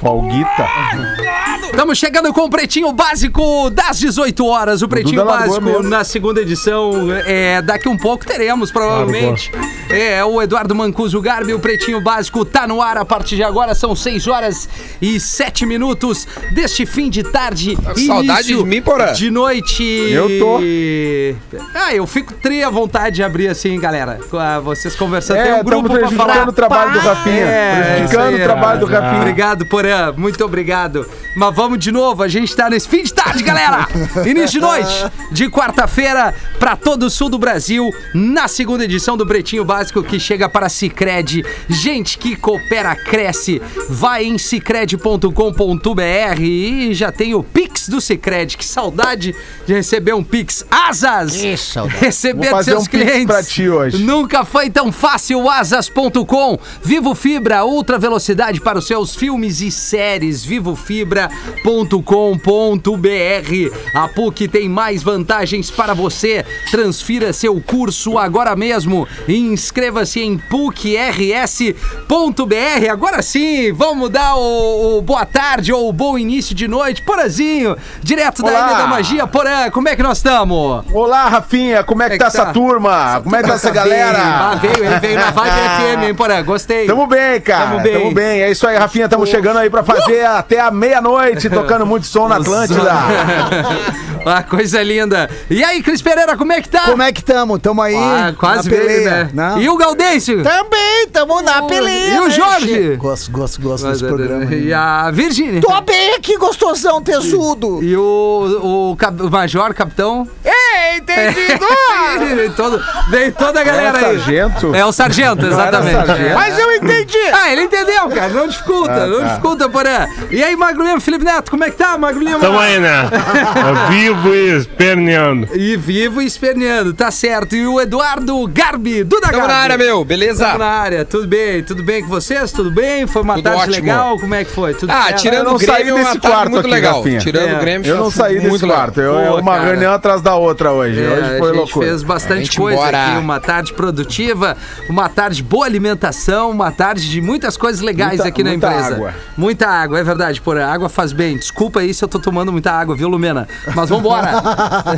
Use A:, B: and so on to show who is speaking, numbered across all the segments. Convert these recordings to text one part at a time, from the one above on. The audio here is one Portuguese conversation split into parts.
A: Folguita.
B: Estamos chegando com o Pretinho Básico das 18 horas. O Pretinho
A: Duda largou
B: Básico
A: mesmo.
B: na segunda edição. É, daqui um pouco teremos, provavelmente. É, o Eduardo Mancuso Garbi, o Pretinho Básico tá no ar a partir de agora. São 6 horas e 7 minutos deste fim de tarde.
C: Saudade
B: início
C: de mim, Porã?
B: De noite.
A: Eu tô.
B: Ah, eu fico tri à vontade de abrir assim, galera. Com a- Vocês conversando. Tem
A: É,
B: um grupo
A: estamos
B: pra falar.
A: prejudicando o trabalho do Rafinha.
B: É, isso
A: prejudicando
B: aí, Ah,
A: o trabalho do
B: Rafa.
A: Rafinha.
B: Obrigado, Porã. Muito obrigado. Mas vamos de novo, a gente tá nesse fim de tarde, galera. Início de noite, de quarta-feira, pra todo o sul do Brasil, na segunda edição do Pretinho Básico, que chega para Cicred. Gente que coopera, cresce. Vai em cicred.com.br e já tem o Pix do Cicred. Que saudade de receber um Pix. Asas!
D: Que saudade.
B: Receber
A: Vou
B: dos
A: fazer
B: seus
A: um Pix
B: clientes.
A: pra ti hoje.
B: Nunca foi tão fácil, asas.com. Vivo Fibra, ultra velocidade para os seus filmes e séries. Vivofibra.com.br. A PUC tem mais vantagens para você. Transfira seu curso agora mesmo e inscreva-se em pucrs.br. Agora sim, vamos dar o, o boa tarde ou o bom início de noite. Porazinho, direto da
A: Olá.
B: Ilha da Magia. Porã, como é que nós estamos?
A: Olá, Rafinha, como é que,
B: É que
A: tá, essa
B: tá.
A: turma? como é que tá essa
B: Ah,
A: galera?
B: veio, ele veio na vibe FM, hein, Porã? Gostei.
A: Tamo bem, cara.
B: Tamo
A: Tamo
B: bem.
A: bem. É isso aí, Rafinha. Tamo chegando aí pra fazer até a meia-noite, tocando muito som na Atlântida.
B: ah, coisa linda. E aí, Cris Pereira, como é que tá?
D: Como é que tamo? Tamo aí.
B: ah, quase
D: na
B: veio,
D: peleia.
B: né?
D: Não. Tá
B: E o Gaudêncio?
D: Também, tamo na peleia.
B: E o
D: né,
B: Jorge? é
D: Chico? Gosto, gosto, gosto desse programa.
B: E
D: né?
B: a Virgínia?
D: Tô bem aqui, gostosão, tesudo.
B: E o, o, cap- o Major, Capitão?
D: Ei, entendido!
B: Veio todo, veio toda a galera
A: É o
B: aí.
A: sargento?
B: É o Sargento, exatamente. É.
A: sargento.
D: Mas eu entendi.
B: Ah, ele entendeu, cara. Não dificulta, não
A: tá.
B: dificulta, Porã. E aí, Magro Lima, Felipe Neto, como é que tá, Magro Lima?
E: Tamo aí, né? Vivo e esperneando.
B: E vivo e esperneando, tá certo. E o Eduardo Garbi, Duda
C: Tamo
B: Garbi.
C: na área, meu,
B: Tamo na
C: beleza?
B: área, tudo bem? Tudo bem com vocês? Tudo bem? Foi uma
C: Tudo
B: tarde
C: ótimo.
B: legal? Como é que foi? Tudo
C: Ah,
B: certo?
C: tirando
A: eu não
C: o Grêmio,
A: saí
C: é uma
A: desse
C: tarde
A: quarto
C: muito
A: aqui,
C: legal.
A: Rafinha.
C: Tirando
B: É,
C: o Grêmio,
A: Eu não saí desse
C: muito legal.
A: quarto. Eu, é
B: Pô,
A: uma
B: cara.
A: reunião atrás da outra hoje.
B: É,
A: hoje foi
B: a gente
A: loucura.
B: fez bastante
C: Vem-te
B: coisa
C: embora.
B: aqui, uma tarde produtiva, uma tarde boa alimentação, uma tarde de muitas coisas legais
A: Muita-
B: aqui na
A: muita
B: empresa.
A: água.
B: Muita água, é verdade, por água faz bem. Desculpa aí se eu tô tomando muita água, viu, Lumena? Mas vambora.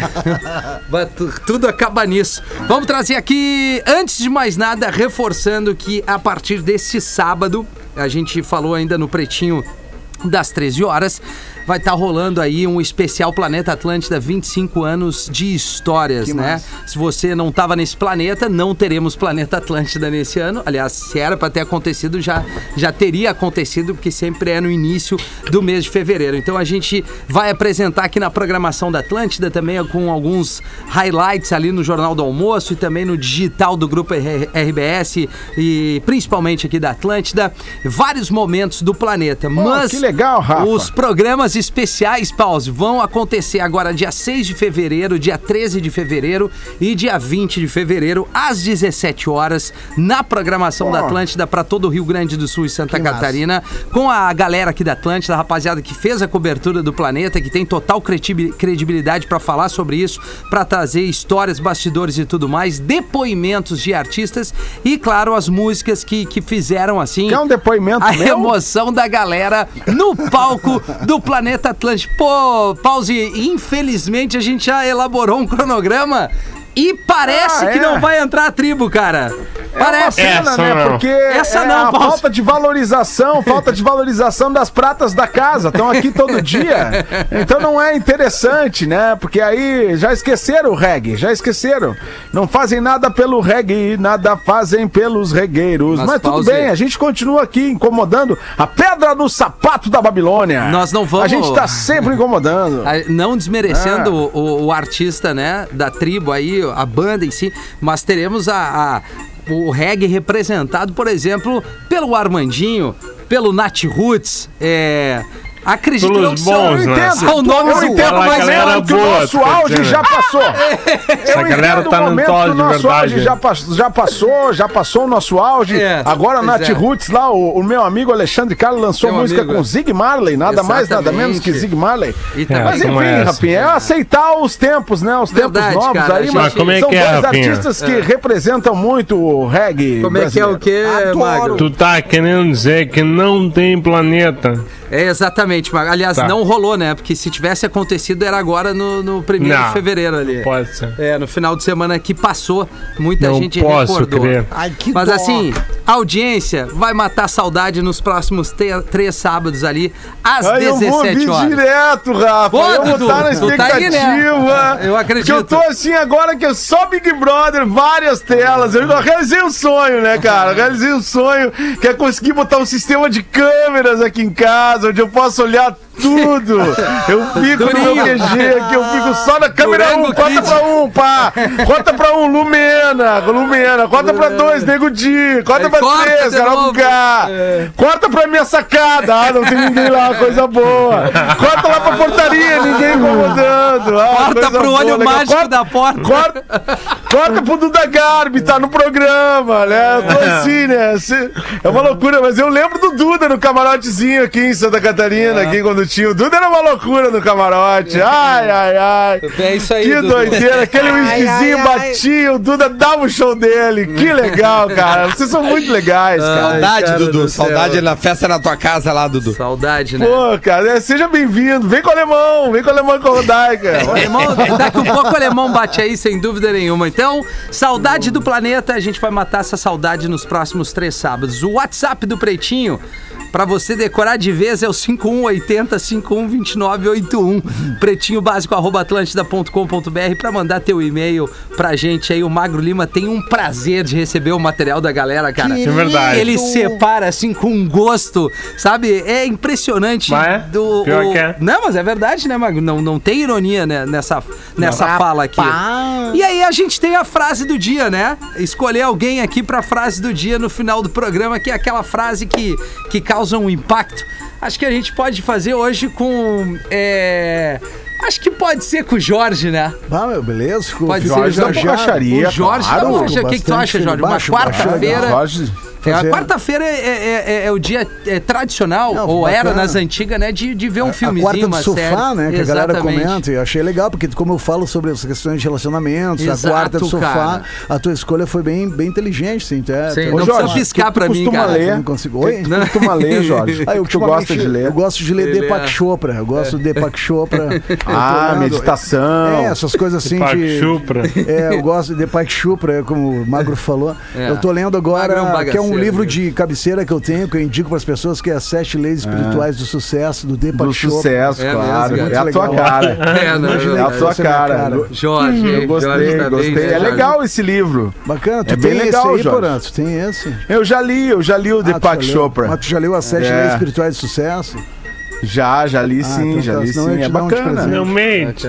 B: Mas tu- Tudo acaba nisso. Vamos trazer aqui, antes de mais nada, reforçando que a partir desse sábado, a gente falou ainda no pretinho das 13 horas, vai estar rolando aí um especial Planeta Atlântida 25 anos de histórias, né? Se você não estava nesse planeta, não teremos Planeta Atlântida nesse ano. Aliás, se era para ter acontecido, já, já teria acontecido, porque sempre é no início do mês de fevereiro. Então a gente vai apresentar aqui na programação da Atlântida também com alguns highlights ali no Jornal do Almoço e também no digital do grupo R- RBS e principalmente aqui da Atlântida, vários momentos do planeta. Mas
A: que legal, Rafa.
B: os programas especiais, Pause, vão acontecer agora dia 6 de fevereiro, dia 13 de fevereiro e dia 20 de fevereiro, às 17 horas, na programação da Atlântida para todo o Rio Grande do Sul e Santa Catarina, com a galera aqui da Atlântida, a rapaziada que fez a cobertura do planeta, que tem total credibi- credibilidade para falar sobre isso, para trazer histórias, bastidores e tudo mais, depoimentos de artistas e, claro, as músicas que, que fizeram assim.
A: Quer um depoimento
B: A
A: meu?
B: emoção da galera no palco do Planeta Atlântico. Pô, pause, infelizmente a gente já elaborou um cronograma e parece
A: Ah,
B: que
A: é?
B: não vai entrar a tribo, cara. Parece.
A: É uma pena,
E: Essa
A: né?
E: não.
A: Porque
B: Essa
A: é
B: não,
A: a
B: Paulo.
A: falta de valorização, falta de valorização das pratas da casa. Estão aqui todo dia. Então não é interessante, né? Porque aí já esqueceram o reggae, já esqueceram. Não fazem nada pelo reggae, nada fazem pelos regueiros.
B: Mas,
A: Mas, tudo
B: Pause.
A: bem, a gente continua aqui incomodando a pedra no sapato da Babilônia.
B: Nós não vamos-
A: A gente tá sempre incomodando.
B: Ah, Não desmerecendo
A: Ah.
B: o- o, o artista, né? Da tribo aí, a banda em si, mas teremos a, a- o reggae representado, por exemplo, pelo Armandinho, pelo Nat Roots, é. Acredito
E: Pelos
B: não que são,
E: bons, né?
B: são
A: Eu
B: nomes
A: entendo, eu entendo
E: Aquela
A: mas é
E: galera
A: o que o
E: boa,
A: nosso
E: tu tá
A: auge
E: dizendo.
A: já passou.
B: É.
E: Essa galera tá
A: no
E: num
A: momento
E: tol
A: que o
E: de
A: nosso
E: verdade.
A: auge já, pas- já passou, já passou o nosso auge.
B: É,
A: Agora
B: pois
A: Nath
B: é.
A: Roots lá, o, o meu amigo Alexandre Carlos lançou
B: Meu
A: música
B: amigo.
A: com Zig Marley, nada mais, nada
B: Exatamente.
A: menos que Zig Marley.
B: E também
A: Mas enfim,
E: como é essa?
A: Rafinha, é aceitar os tempos, né? Os tempos
B: Verdade,
A: novos
B: cara, a
A: aí,
B: gente-
E: Mas como é
A: são
E: que é,
A: dois
E: Rafinha?
A: artistas que representam muito o reggae.
B: Como é que é o
A: brasileiro.
B: quê,
D: Adoro.
B: Magro?
E: Tu tá querendo dizer que não tem planeta.
B: É, exatamente, Mago. Aliás,
E: Tá.
B: não rolou, né? Porque se tivesse acontecido, era agora no, no primeiro de
E: Não,
B: fevereiro ali.
E: Pode ser.
B: É, no final de semana que passou, muita
E: Não
B: gente
E: posso
B: recordou.
E: crer.
D: Ai, que
B: Mas
D: dó.
B: assim, a audiência vai matar a saudade nos próximos te- três sábados ali, às
A: Aí eu vou
B: 17
A: vir
B: horas.
A: direto, Rafa.
B: Boa,
A: eu
B: Dudu.
A: vou estar na
B: Tu tá aí, né?
A: expectativa.
B: Eu acredito.
A: Porque eu tô assim agora que é só Big Brother, várias telas. Eu realizei um sonho, né, cara? Realizei um sonho que é conseguir botar um sistema de câmeras aqui em casa, onde eu posso olhar tudo. Eu fico no meu
B: Durinho.
A: QG aqui, eu fico só na câmera 1,
B: Durango
A: rota
B: Kid.
A: pra 1, pá. Rota pra 1, Lumena, Lumena. Rota pra 2, Nego Di. Rota
B: Aí
A: pra
B: corta
A: 3,
B: de
A: Carol
B: novo. É.
A: Bucá. Corta pra minha sacada. Ah, não tem ninguém lá, coisa boa. Corta lá pra portaria, ninguém incomodando. Ah,
B: Corta
A: coisa
B: pro
A: boa,
B: olho
A: legal.
B: mágico
A: Corta-
B: da porta.
A: Corta, corta pro Duda Garbi, tá no programa, né? Eu tô assim, né? Assim, É uma loucura, mas eu lembro do Duda no camarotezinho aqui em Santa Catarina, aqui quando tinha. O Duda era uma loucura no camarote. Ai, ai, ai.
B: É isso aí,
A: Que
B: Dudu.
A: doideira, aquele
D: Ai,
A: whiskyzinho
D: ai, ai.
A: batia, o Duda dava o show dele. Que legal, cara. Vocês são muito legais, cara.
C: Saudade,
B: cara do
C: Dudu.
B: céu.
C: Saudade na festa na tua casa lá, Dudu.
B: Saudade, né?
A: Pô, cara, é, seja bem-vindo. Vem com o alemão, vem com o alemão e com o Rodaica.
B: O alemão, daqui um pouco o alemão bate aí, sem dúvida nenhuma. Então, saudade do planeta, a gente vai matar essa saudade nos próximos três sábados. O WhatsApp do Pretinho, pra você decorar de vez, é o 5180 512981. Pretinho básico, arroba atlântida.com.br pra mandar teu e-mail pra gente aí. O Magro Lima tem um prazer de receber o material da galera, cara.
E: É verdade.
B: Ele separa assim com gosto, sabe? É impressionante.
E: Mas é?
B: Do,
E: Pior
B: o-
E: que é.
B: Não, mas é verdade, né, Mago? Não, não tem ironia né, nessa, nessa fala aqui.
D: Rapaz.
B: E aí a gente tem a frase do dia, né? Escolher alguém aqui pra frase do dia no final do programa, que é aquela frase que, que causa um impacto. Acho que a gente pode fazer hoje com. é, Acho que pode ser com o Jorge, né?
D: Ah, meu, beleza? Ficou-
B: Pode
D: ficou
B: ser, Tá Jorge.
D: elogiado.
A: Baixaria,
B: O Jorge,
A: claro.
B: tá hoje, o que que tu
D: Bastante
B: acha, Jorge?
D: baixo,
B: Uma
D: baixo,
B: quarta-feira.
D: legal.
B: É, a
D: Fazer-
B: quarta-feira é, é- é- é o dia é, tradicional,
D: Não,
B: ou
D: bacana.
B: era nas antigas, né? De, de ver um
D: a
B: filmezinho,
D: quarta do
B: uma
D: sofá,
B: série.
D: né? Que a galera
B: Exatamente.
D: comenta. Eu achei legal, porque como eu falo sobre as questões de relacionamentos,
B: Exato,
D: a quarta do sofá,
B: cara.
D: a tua escolha foi bem, bem inteligente, sim. É,
B: Sim,
D: tu-
B: não
A: Ô,
B: precisa
A: Jorge,
B: piscar pra
A: tu
B: mim,
A: costuma
B: cara.
A: ler?
D: eu não consigo. Oi?
A: Tu costuma ler, Jorge.
D: Ah, eu
A: É tu gosta de ler.
D: Eu gosto de ler
B: Ele é-
D: Deepak Chopra. Eu gosto de Deepak Chopra. Eu tô
A: Ah,
D: lendo.
A: meditação.
D: É, essas coisas assim
E: Paco
D: de...
E: Chupra.
D: É, eu gosto de Deepak Chopra, como o Magro falou.
B: É.
D: Eu tô lendo
B: Magro é um
D: agora, que é um
B: bagaceiro,
D: livro
B: né?
D: de cabeceira que eu tenho, que eu indico para as pessoas, que é as sete leis espirituais do sucesso, do Deepak
A: Ah. Do
D: Chopra.
A: sucesso,
B: É
A: claro.
B: mesmo,
A: é
D: cara.
A: a tua
D: Legal.
A: cara.
B: É, não,
A: É a
B: Jorge,
A: tua
D: Essa é a minha
A: cara.
D: cara.
B: Jorge,
A: Eu
B: Jorge
A: gostei,
B: tá bem, né,
A: gostei. É
B: Jorge?
A: legal esse livro.
D: Bacana, tu
A: É
D: tem
A: bem legal,
D: esse aí,
A: Jorge.
D: Porã? Tu tem esse?
A: Eu já li, eu já li o
D: Ah, tu
A: Deepak
D: já leu.
A: Chopra.
D: Mas tu já leu as sete
A: É.
D: leis espirituais de sucesso?
A: Já, já li sim,
D: então
A: já
D: tá,
A: li
D: senão
A: sim.
D: eu te
A: É
D: dou um de
A: bacana.
D: presente.
E: Não mente.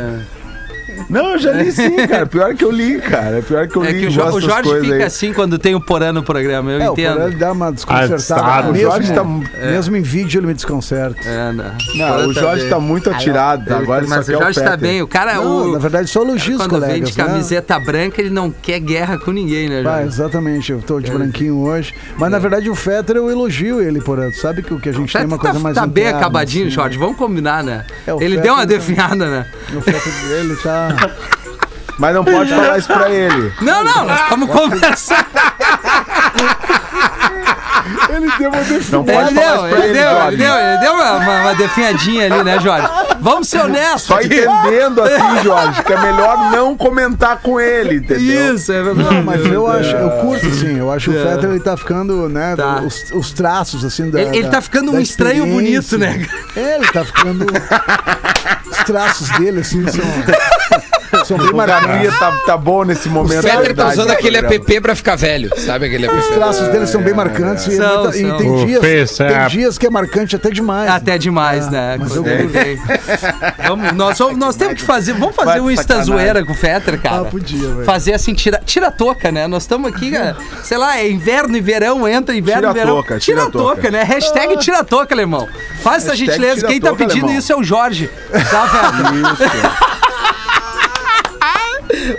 A: Não, eu já li sim, cara. Pior que eu li, cara. Pior que eu
B: É
A: li.
B: que o, Jo-
A: gosto
B: o
A: das
B: Jorge
A: coisas
B: fica
A: aí.
B: assim quando tem o Porã no programa, eu
D: É, o
B: entendo.
D: Porã ele dá uma
E: Ah,
D: desconcertada.
E: o
D: mesmo,
A: Jorge tá-
D: mesmo em vídeo ele me desconcerta.
B: É, não.
A: Não, o Jorge tá muito atirado.
B: Ele
A: agora ele
B: tá- mas
A: só
B: o
A: quer
B: Jorge tá
A: Peter.
B: bem. O cara,
D: Não,
B: o,
D: na verdade, só elogios,
B: quando vem de
D: colegas. né?
B: camiseta branca, ele não quer guerra com ninguém, né,
D: Vai,
B: Jorge?
D: exatamente, eu
B: É.
D: tô de branquinho hoje. Mas na verdade o Fetter eu elogio ele, porém. Sabe que o que a gente tem é uma
B: Tá-
D: coisa
B: tá,
D: mais.
B: tá bem
D: interna,
B: acabadinho,
D: assim.
B: Jorge. Vamos combinar, né?
D: É, o
B: ele
D: Fetter
B: deu uma
D: tá-
B: definhada, né?
D: O Fetter, ele tá.
A: Mas não pode falar isso pra ele.
B: Não, não, nós estamos conversando.
D: ele deu uma defesa.
A: Não
B: Ele
A: pode falar isso
B: deu,
A: pra
B: ele
A: ele,
B: deu,
A: Jorge.
B: ele deu, ele deu uma, uma, uma definhadinha ali, né, Jorge? Vamos ser honestos.
A: Só
B: aqui.
A: entendendo assim, Jorge, que é melhor não comentar com ele, entendeu?
B: Isso, é verdade.
D: Mas eu acho, eu curto sim, eu acho
B: É.
D: o Fetter ele tá ficando, né,
B: Tá.
D: Os, os traços assim da.
B: Ele- ele
D: da-
B: tá ficando
D: da
B: um estranho
D: experiência.
B: bonito, né?
D: É, ele tá ficando. os traços dele assim são. São bem
A: O Gabriel
D: marcados.
A: tá, tá bom nesse momento.
C: O
A: é
C: Fetter tá
A: verdade,
C: usando
A: né,
C: aquele
A: programa.
C: app pra ficar velho. Sabe aquele app?
D: Os traços dele são bem marcantes e, é
B: São,
D: muita- e
B: são.
D: tem
E: O
D: dias, tem
E: FaceApp.
D: dias que é marcante até demais. né?
B: Até demais, né?
D: mas eu-
B: Quando vem. Vamos, nós, vamos- nós temos que fazer. Vamos fazer
A: Vai
B: um Insta
A: sacanagem.
B: zoeira com o Fetter, cara.
D: Ah, podia, velho. Uhum.
B: Fazer assim, tira, tira a touca, né? Nós estamos aqui, cara, sei lá, é inverno e verão, entra inverno
A: Tira
B: e
A: a
B: verão.
A: touca,
B: tira
A: tira
B: a touca,
A: touca.
B: né? Hashtag
D: Ah.
B: tira a touca, alemão. Faz essa
A: Hashtag
B: gentileza.
A: tira a
B: Quem tá
A: touca,
B: pedindo
A: alemão.
B: isso é o Jorge. Tá, Fetter?
A: Isso.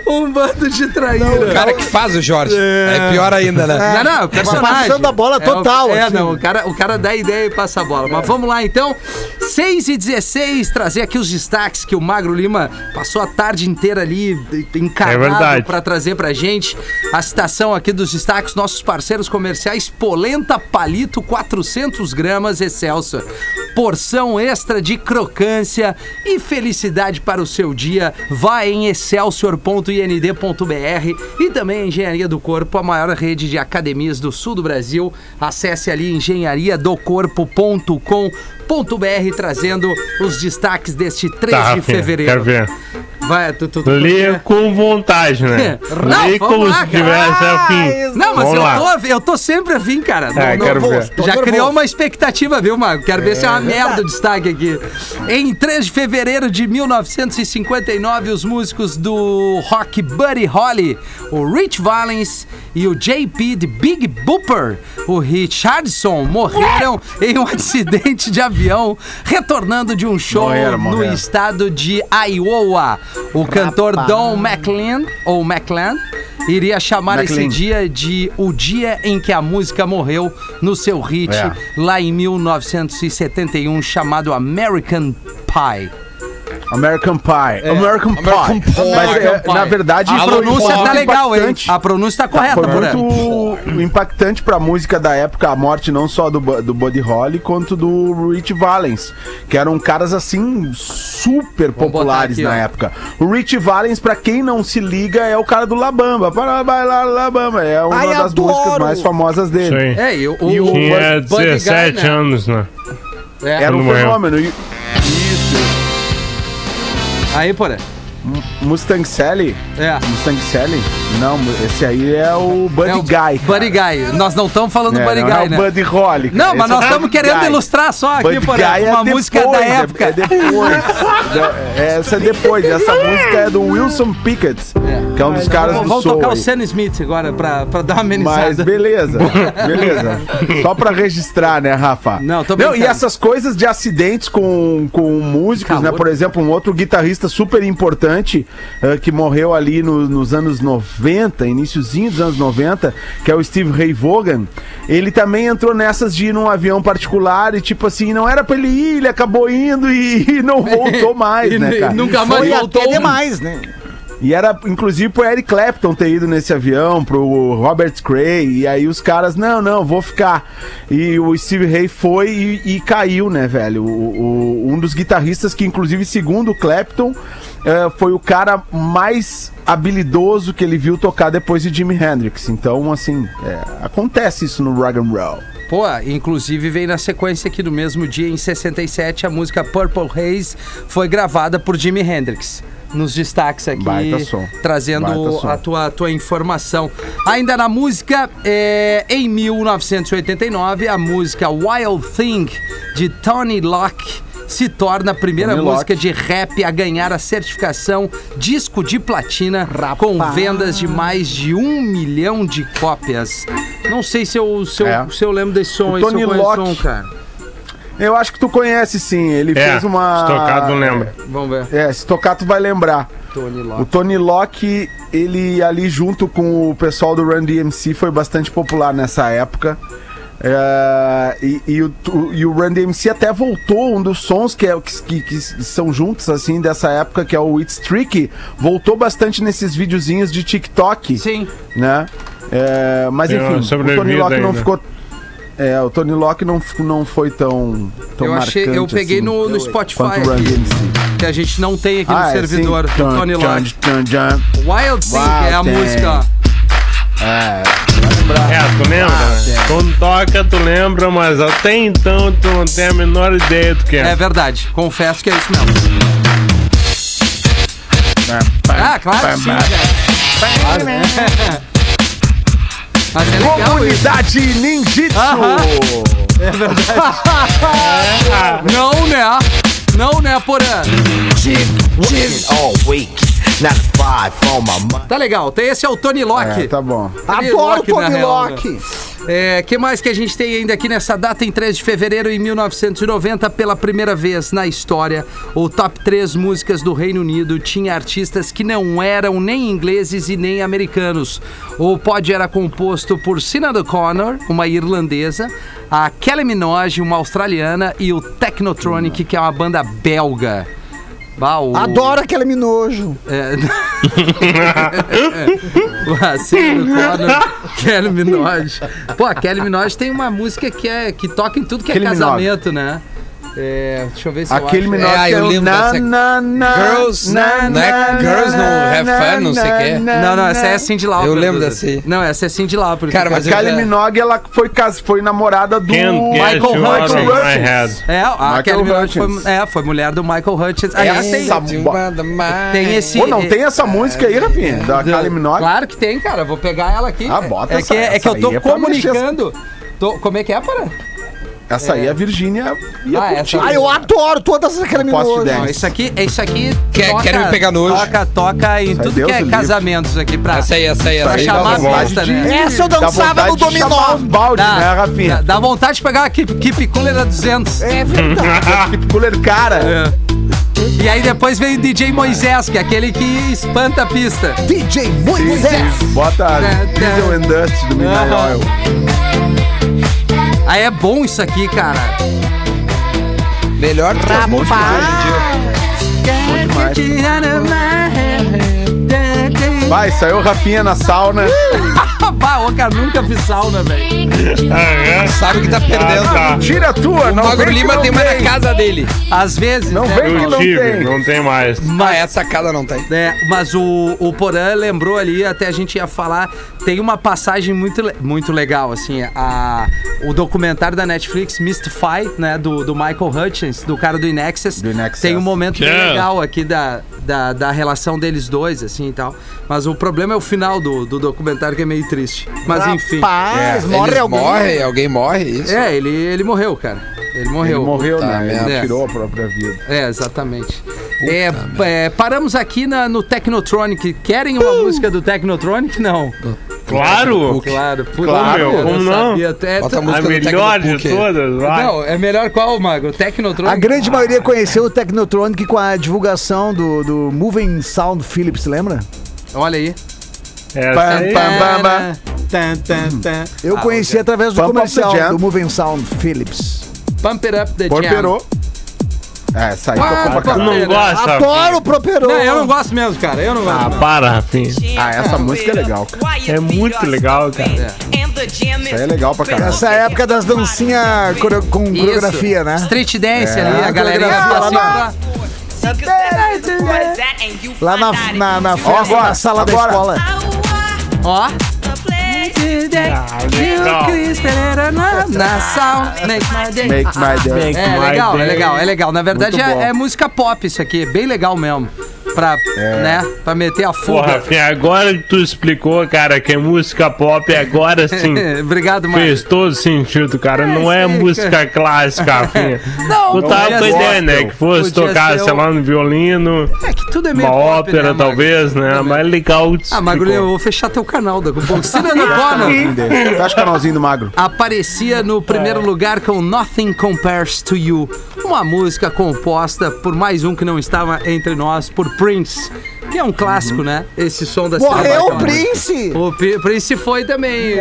B: Um bando de traíra.
C: O cara que faz o Jorge. É pior ainda, né?
B: Não, não, é personagem.
D: Tá passando a bola
B: É o-
D: total,
B: É,
D: assim.
B: não, o cara, o cara dá ideia e passa a bola. Mas vamos lá, então. 6 e 16 trazer aqui os destaques que o Magro Lima passou a tarde inteira ali
E: É
B: encarnado
E: verdade.
B: pra trazer pra gente. A citação aqui dos destaques, nossos parceiros comerciais, Polenta Palito, 400 gramas, Excelsa. porção extra de crocância e felicidade para o seu dia. Vá em excelsior.ind.br e também a Engenharia do Corpo, a maior rede de academias do sul do Brasil. Acesse ali engenhariadocorpo.com.br trazendo os destaques deste 3
E: Tá,
B: de
E: Rafinha,
B: fevereiro.
E: Quero ver.
B: Vai, tu, tu, né? tu-
E: Lê com vontade, né?
B: Não,
E: Lê
B: vamos
E: como
B: lá,
E: se tivesse
B: cara.
E: ao
B: Ah,
E: fim.
B: Não, mas
E: Vamos lá.
B: eu tô, eu tô sempre afim, cara. Não,
E: Ah,
B: não-
E: quero
B: vou-
E: ver.
D: Tô
B: Já
D: nervoso.
B: criou uma expectativa, viu, Mago? Quero ver se é uma merda o destaque aqui. Em 3 de fevereiro de 1959, os músicos do rock Buddy Holly, o Rich Valens e o JP de Big Booper, o Richardson, morreram em um acidente de avião retornando de um show
A: Morreram,
B: no
A: morreram.
B: estado de Iowa. O cantor Don McLean, ou McLean, iria chamar esse
A: McLean.
B: dia de o dia em que a música morreu no seu hit
A: É.
B: lá em 1971 chamado American Pie.
A: American Pie. American Pie.
C: American Pie.
A: Mas, é,
B: American É. Pie.
A: na verdade,
B: A
A: foi
B: pronúncia
A: muito
B: tá legal, hein?
A: impactante.
B: A pronúncia tá correta,
A: Foi
B: Porã.
A: muito impactante pra música da época a morte não só do, Bu- do Buddy Holly, quanto do Rich Valens, que eram caras assim super populares
B: botar aqui,
A: na
B: ó.
A: época. O Rich Valens, pra quem não se liga, é o cara do Labamba. Para bailar Labamba, é uma
D: Ai,
A: das
D: adoro!
A: músicas mais famosas
E: Isso
A: dele.
E: aí.
B: É, e o,
A: E o-
E: Tinha
B: Buddy Guy,
E: 17
B: né?
E: anos, né?
B: É.
A: Era um
E: Quando morreu.
A: fenômeno. E
B: Aí, porra.
A: Mustang Sally?
B: É.
A: Mustang Sally? Não, esse aí é o Buddy
B: é o
A: Guy. cara.
B: Buddy Guy. Nós não estamos falando
A: É,
B: do Buddy
A: não,
B: Guy,
A: é o
B: né?
A: Buddy Holly. cara.
B: Não, mas
A: Esse é o
B: nós estamos
A: Buddy
B: querendo
A: Guy.
B: ilustrar só aqui,
A: Buddy
B: porra,
A: Guy é
B: uma música da
A: depois, é-
B: época.
A: É depois. É- essa é depois. Essa música é do Wilson Pickett,
B: É.
A: que é um dos caras
B: Vamos
A: do
B: vamos
A: Soul.
B: tocar o
A: aí.
B: Sam Smith agora pra, pra dar uma
A: Mas
B: amenizada.
A: beleza, beleza. Só pra registrar, né, Rafa?
B: Não, tô
A: Não,
B: brincando.
A: e essas coisas de acidentes com, com músicos,
B: Calor.
A: né? Por exemplo, um outro guitarrista super importante eh, que morreu ali no- nos anos 90, iníciozinho dos anos 90, que é o Steve Ray Vaughan. Ele também entrou nessas de ir num avião particular e, tipo assim, não era pra ele ir, ele acabou indo e, e não voltou mais,
B: E
A: né,
B: n-
A: cara?
B: nunca mais
D: Foi
B: voltou.
D: até demais, né?
A: E era, inclusive, pro Eric Clapton ter ido nesse avião, pro Robert Cray, e aí os caras, não, não, vou ficar. E o Steve Ray foi e, e caiu, né, velho? O, o- um dos guitarristas que, inclusive, segundo o Clapton, eh, foi o cara mais habilidoso que ele viu tocar depois de Jimi Hendrix. Então, assim, é, acontece isso no rock and roll.
B: Pô, inclusive vem na sequência que no mesmo dia, em 67, a música Purple Haze foi gravada por Jimi Hendrix. Nos destaques aqui,
A: Baita som. Baita
B: trazendo
A: som.
B: a tua, a tua informação. Ainda na música, é, em 1989, a música Wild Thing, de Tony Locke, se torna a primeira
A: Tony
B: música de rap a ganhar a certificação disco de platina com vendas de mais de um milhão de cópias. Não sei se eu, se eu,
A: É.
B: se eu lembro desse som
A: O
B: aí, se eu
A: Tony
B: conheço
A: Locke.
B: o som, cara.
A: Eu acho que tu conhece, sim. Ele
E: É,
A: fez uma...
E: estocado não lembra.
B: Vamos ver.
A: É, se tocar, tu vai lembrar.
B: Tony
A: O
B: Locke.
A: Tony Locke, ele ali junto com o pessoal do Run DMC foi bastante popular nessa época. É, e, e o, tu- e o Run DMC até voltou um dos sons que, é, que, que- que são juntos assim dessa época, que é o It's Tricky, voltou bastante nesses videozinhos de TikTok,
B: Sim.
A: né? É, mas
E: Tem uma
A: enfim, o Tony
E: sobrevida
A: Locke não
E: ainda.
A: ficou. É, o Tony Locke não, f- não foi tão, tão
B: Eu achei, eu
A: marcante,
B: peguei
A: assim,
B: no, no Spotify
A: quanto o Run
B: aqui,
A: DMC.
B: que a gente não tem aqui no
A: Ah, é, sim.
B: servidor do
A: Tchan,
B: Tony
A: tchan,
B: Locke.
A: tchan, tchan.
B: Wild Thing é a
A: Wild Thing.
B: música.
A: É,
E: É, tu lembra?
B: Ah,
E: né? Quando toca, tu lembra, mas até então tu não tem a menor ideia do que
B: É
E: é.
B: verdade, confesso que é isso mesmo. Ah, claro que sim, cara. Mas é legal isso.
A: Comunidade Ninjitsu!
B: Aham. Não, né? Não, né, Porã? Tá legal, tem esse é o Tony Locke.
A: É, tá bom.
B: Tony
D: Adoro
B: Locke, na
D: Tony
B: real, né?
D: Locke.
B: É, que mais que a gente tem ainda aqui nessa data, em 3 de fevereiro de 1990, pela primeira vez na história, o top 3 músicas do Reino Unido tinha artistas que não eram nem ingleses e nem americanos. O pod era composto por Sinead O'Connor, uma irlandesa, a Kelly Minogue, uma australiana, e o Technotronic, que é uma banda belga. Bah, o-
D: Adoro aquele minojo.
B: é. Vacilo Connor, Kelly Minogue. Pô, a Kelly Minogue tem uma música que, é, que toca em tudo que é
A: Kylie Minogue.
B: casamento, né? É, deixa eu ver se
A: Aquele
B: eu acho.
A: menor
C: É,
A: que
C: eu
A: é o
C: lembro
A: na,
C: dessa-
A: na, na,
C: Girls, não é Girls no Have Fun, não sei o quê.
B: Não, não, essa é a Cindy Lauper.
C: Eu lembro
B: Duda.
C: dessa aí.
B: Não, essa é a Cindy Lauper.
C: Cara,
A: A
C: mas eu
A: Kylie
C: já-
A: Minogue, ela foi, cas- foi namorada do
E: Can't get
A: Michael
E: you out of
A: Michael
E: my
A: Hutchins.
E: head.
B: É, a
A: Michael
B: Kelly Minogue
A: Hutchins.
B: foi, é, foi mulher do Michael Hutchins. assim, Aliás, tem,
A: Essa-
B: É. tem esse...
A: Pô, não tem essa música aí, Rafinha? Da
B: Do-
A: Kylie Minogue?
B: Claro que tem, cara. Vou pegar ela aqui.
A: Ah, bota
B: é
A: essa-
B: que, é que
A: essa
B: eu tô
A: aí é pra
B: comunicando. Tô- como é que é, para?
A: Essa aí a Virgínia ia
B: Ah,
A: curtir.
B: essa-
D: Ah, eu adoro todas as
A: Não posso te
D: criminosas.
A: dar.
B: Não, isso aqui, é isso aqui.
C: Quer- querem me pegar nojo.
B: Toca, toca em
A: aí,
B: tudo
A: Deus
B: que é
A: o livre.
B: casamentos aqui pra.
C: Essa aí, essa aí, essa
B: Pra
C: aí. Tá
B: chamar a
C: Vamos lá.
A: vontade
B: festa,
A: de-
B: né?
D: Essa eu dançava no
A: vontade de chamar
D: dominó.
A: os baldes,
B: Dá,
A: né, Rafinha?
B: dá, dá vontade de pegar a Keep, keep Cooler a 200.
D: É verdade.
A: Que cooler cara.
B: E aí depois vem o DJ Moisés, que é aquele que espanta a pista.
D: DJ
A: é.
D: Moisés.
A: Bota
B: Tá,
A: Diesel
B: tá.
A: and Dust do Midnight
B: Aham.
A: Oil.
B: Aí é bom isso aqui, cara.
C: Melhor que as músicas hoje
A: demais. Vai, saiu o Rafinha na né? sauna.
B: Bah, ô, cara, nunca fiz sauna, velho.
C: em dia.
E: Aham.
C: Sabe que tá perdendo.
E: Ah, tá.
A: Tira a tua,
C: O
A: não vem
C: Magro
A: que
C: Lima
A: não
C: tem uma na casa dele.
B: Às vezes.
A: Não
B: né,
A: vem
B: irmão?
A: que não tem.
E: Eu tive, não tem mais.
C: Ah, essa casa não tem.
B: É, mas o, o Porã lembrou ali, até a gente ia falar, tem uma passagem muito, le- muito legal, assim, a, o documentário da Netflix, Mystify, né, do, do Michael Hutchins, do cara do Inexcess,
A: Do Inexcess.
B: tem um momento bem
E: Yeah.
B: legal aqui da, da, da relação deles dois, assim, e tal, mas o problema é o final do, do documentário, que é meio triste, mas enfim.
D: Rapaz, morre
C: É, Eles
D: alguém.
C: Morre, alguém morre, isso.
B: É, ele, ele morreu, cara, ele
A: Ele
B: morreu.
A: morreu,
C: Puta
A: né? Ele
B: merda.
A: tirou a própria vida.
B: É, exatamente. É, é, paramos aqui na, no Technotronic. Querem uma música do Technotronic? Não.
E: Claro!
B: Claro, por
A: Claro,
E: meu,
B: eu
E: como não?
B: sabia. É,
C: Bota
B: tu-
C: a
E: A
C: música do
E: melhor
C: Tecno
E: de
C: Puck.
E: todas, vai.
B: Não, é melhor qual, Mago? Technotronic?
D: A grande maioria conheceu o Technotronic com a divulgação do, do Moving Sound Philips, lembra?
B: Olha aí.
E: Essa aí.
A: Pam, pam, pam.
B: Tan, tan,
C: Hum.
B: tan.
D: Eu
B: Ah,
D: conheci através do
A: Pump Up the
D: comercial
A: Jam.
D: do Moving Sound Philips.
B: Pump it up the jam.
A: Porperou. É, essa aí
B: Ah,
A: tocou pra
B: pá.
E: Tu
A: caralho.
E: não gosta?
D: Adoro o Properô.
B: Não, eu não gosto mesmo, cara. Eu não gosto.
E: Ah,
B: mesmo.
E: para, Rafinha.
A: Ah, essa música é legal, cara. É.
E: É muito legal, cara.
A: Isso aí é legal pra caralho.
D: Essa época das dancinhas coreo- com
B: Isso.
D: coreografia, né?
B: Street dance ali,
D: a
B: a galerinha
D: coreografia
B: tá assim
D: lá
B: pra-
A: é
D: Lá na, na, na
A: Ó,
D: festa,
A: agora,
D: na sala da
A: agora.
D: escola.
B: Ó.
E: legal.
A: Make my day.
B: É
E: my
B: legal, é
E: day.
B: legal, é legal. Na verdade
A: Muito bom.
B: é, é música pop isso aqui, é bem legal mesmo. Pra,
E: É.
B: né, pra meter a
E: Pô,
B: fuga.
E: Rafinha, agora que tu explicou, cara, que é música pop, agora sim.
B: Obrigado, Mago.
E: Fez todo sentido, cara. Não é
B: sim,
E: música clássica, Rafinha.
B: Não,
E: Tu tava com a
B: podia
E: ideia,
B: ser-
E: né? Que fosse
B: podia
E: tocar,
B: ser
E: sei
B: o-
E: lá, no violino,
B: É que tudo é meio
E: uma
B: pop, né,
E: ópera,
B: Magro?
E: talvez, né?
B: Tudo
E: Mas
B: bem.
E: legal tu
B: Ah, Magro, eu
E: explicou.
B: vou fechar teu canal daqui a pouco. Cirano Bono
A: Fecha o canalzinho do Magro.
B: aparecia no primeiro lugar com Nothing Compares to You, uma música composta por mais um que não estava entre nós, por Prince, que é um clássico,
E: Uhum.
B: né? Esse som da
D: Morreu
B: Cirano
D: o
B: Bono.
D: Prince!
B: O Pri- Prince foi também.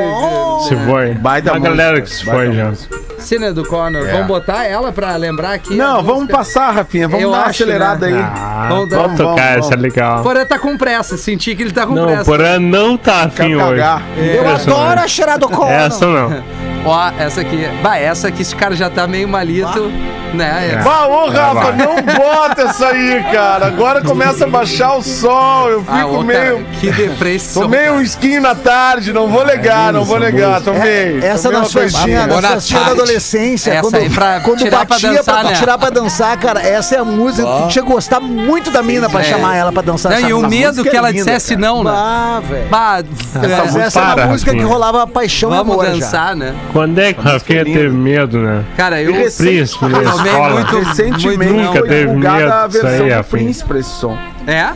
E: Se foi.
A: Baita
E: a galera
A: música,
E: que se
A: baita
E: foi já.
A: música.
B: Cena do Connor.
A: É.
B: Vamos botar ela pra lembrar aqui.
A: Não,
B: a
A: vamos
B: música?
A: passar, Rafinha. Vamos
B: Eu
A: dar uma
B: acho,
A: acelerada
B: né?
A: aí.
E: Ah,
B: Vamos
E: vamos,
B: dar-
A: vamos,
E: tocar,
A: vamos.
E: essa é legal.
B: Porã tá com pressa. Senti que ele tá com
E: Não, o
B: pressa.
E: Porã não tá afim
A: Quero
E: hoje. é.
A: cagar.
D: Eu adoro a cheirada do
E: né? Essa não.
B: Ó, essa aqui. Bah, essa aqui, esse cara já tá meio malito, né?
E: É.
A: Bah, ô Rafa,
E: vai.
A: não bota essa aí, cara. Agora começa a baixar o sol. Eu fico
B: Ah, ô, cara,
A: meio.
B: que depressão.
A: Tomei um skin na tarde, não vou
E: É,
A: negar, não vou negar. Tomei.
D: Essa
A: tomei
D: da
A: uma né?
D: sua
A: coisinha.
D: tinha,
C: Boa
D: da
C: tarde.
D: sua da adolescência,
B: Essa
D: quando,
B: aí pra
D: quando
B: tirar pra
D: batia
B: dançar,
D: pra
B: né?
D: tirar pra dançar, cara, essa é a música que tu tinha que gostar muito da mina pra
B: É.
D: chamar ela pra dançar.
B: Não,
D: essa
B: e o
D: essa
B: medo
D: música
B: que
D: é
B: ela
D: linda,
B: dissesse
D: cara.
B: não, né?
D: Ah, velho.
B: Bah, é,
D: Mas essa era
E: para,
D: a música que
E: Rafinha.
D: rolava paixão e
B: vamos
D: amor já.
B: dançar, né?
E: Quando é que o Rafinha teve medo, né?
B: Cara, eu.
A: Recente-
E: Príncipe na
B: Tomei
E: escola.
B: muito-
A: Recentemente é
B: muito
E: Nunca
A: foi
E: teve medo
A: divulgada a
E: disso
A: versão
E: aí,
A: do
E: Rafinha.
A: Prince pra esse som.
B: É?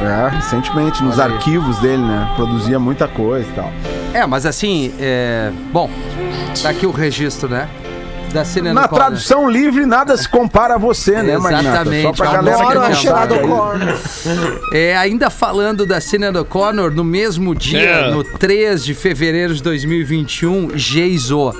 A: É, recentemente, nos arquivos dele, né? Produzia muita coisa e tal.
B: É, mas assim, é. Bom, tá aqui o registro, né? Da Cena
A: Na
B: do Connor.
A: tradução livre, nada se compara a você, né, Magnata? Só
B: Exatamente.
A: pra galera
B: Adoro
A: que
D: Bora
A: não
D: a
B: dançar,
D: cheirada
A: sabe
D: do
A: aí.
D: corno.
B: É, ainda falando da Cena O'Connor, no mesmo dia,
E: Yeah.
B: no 3 de fevereiro de 2021, Geizo. um,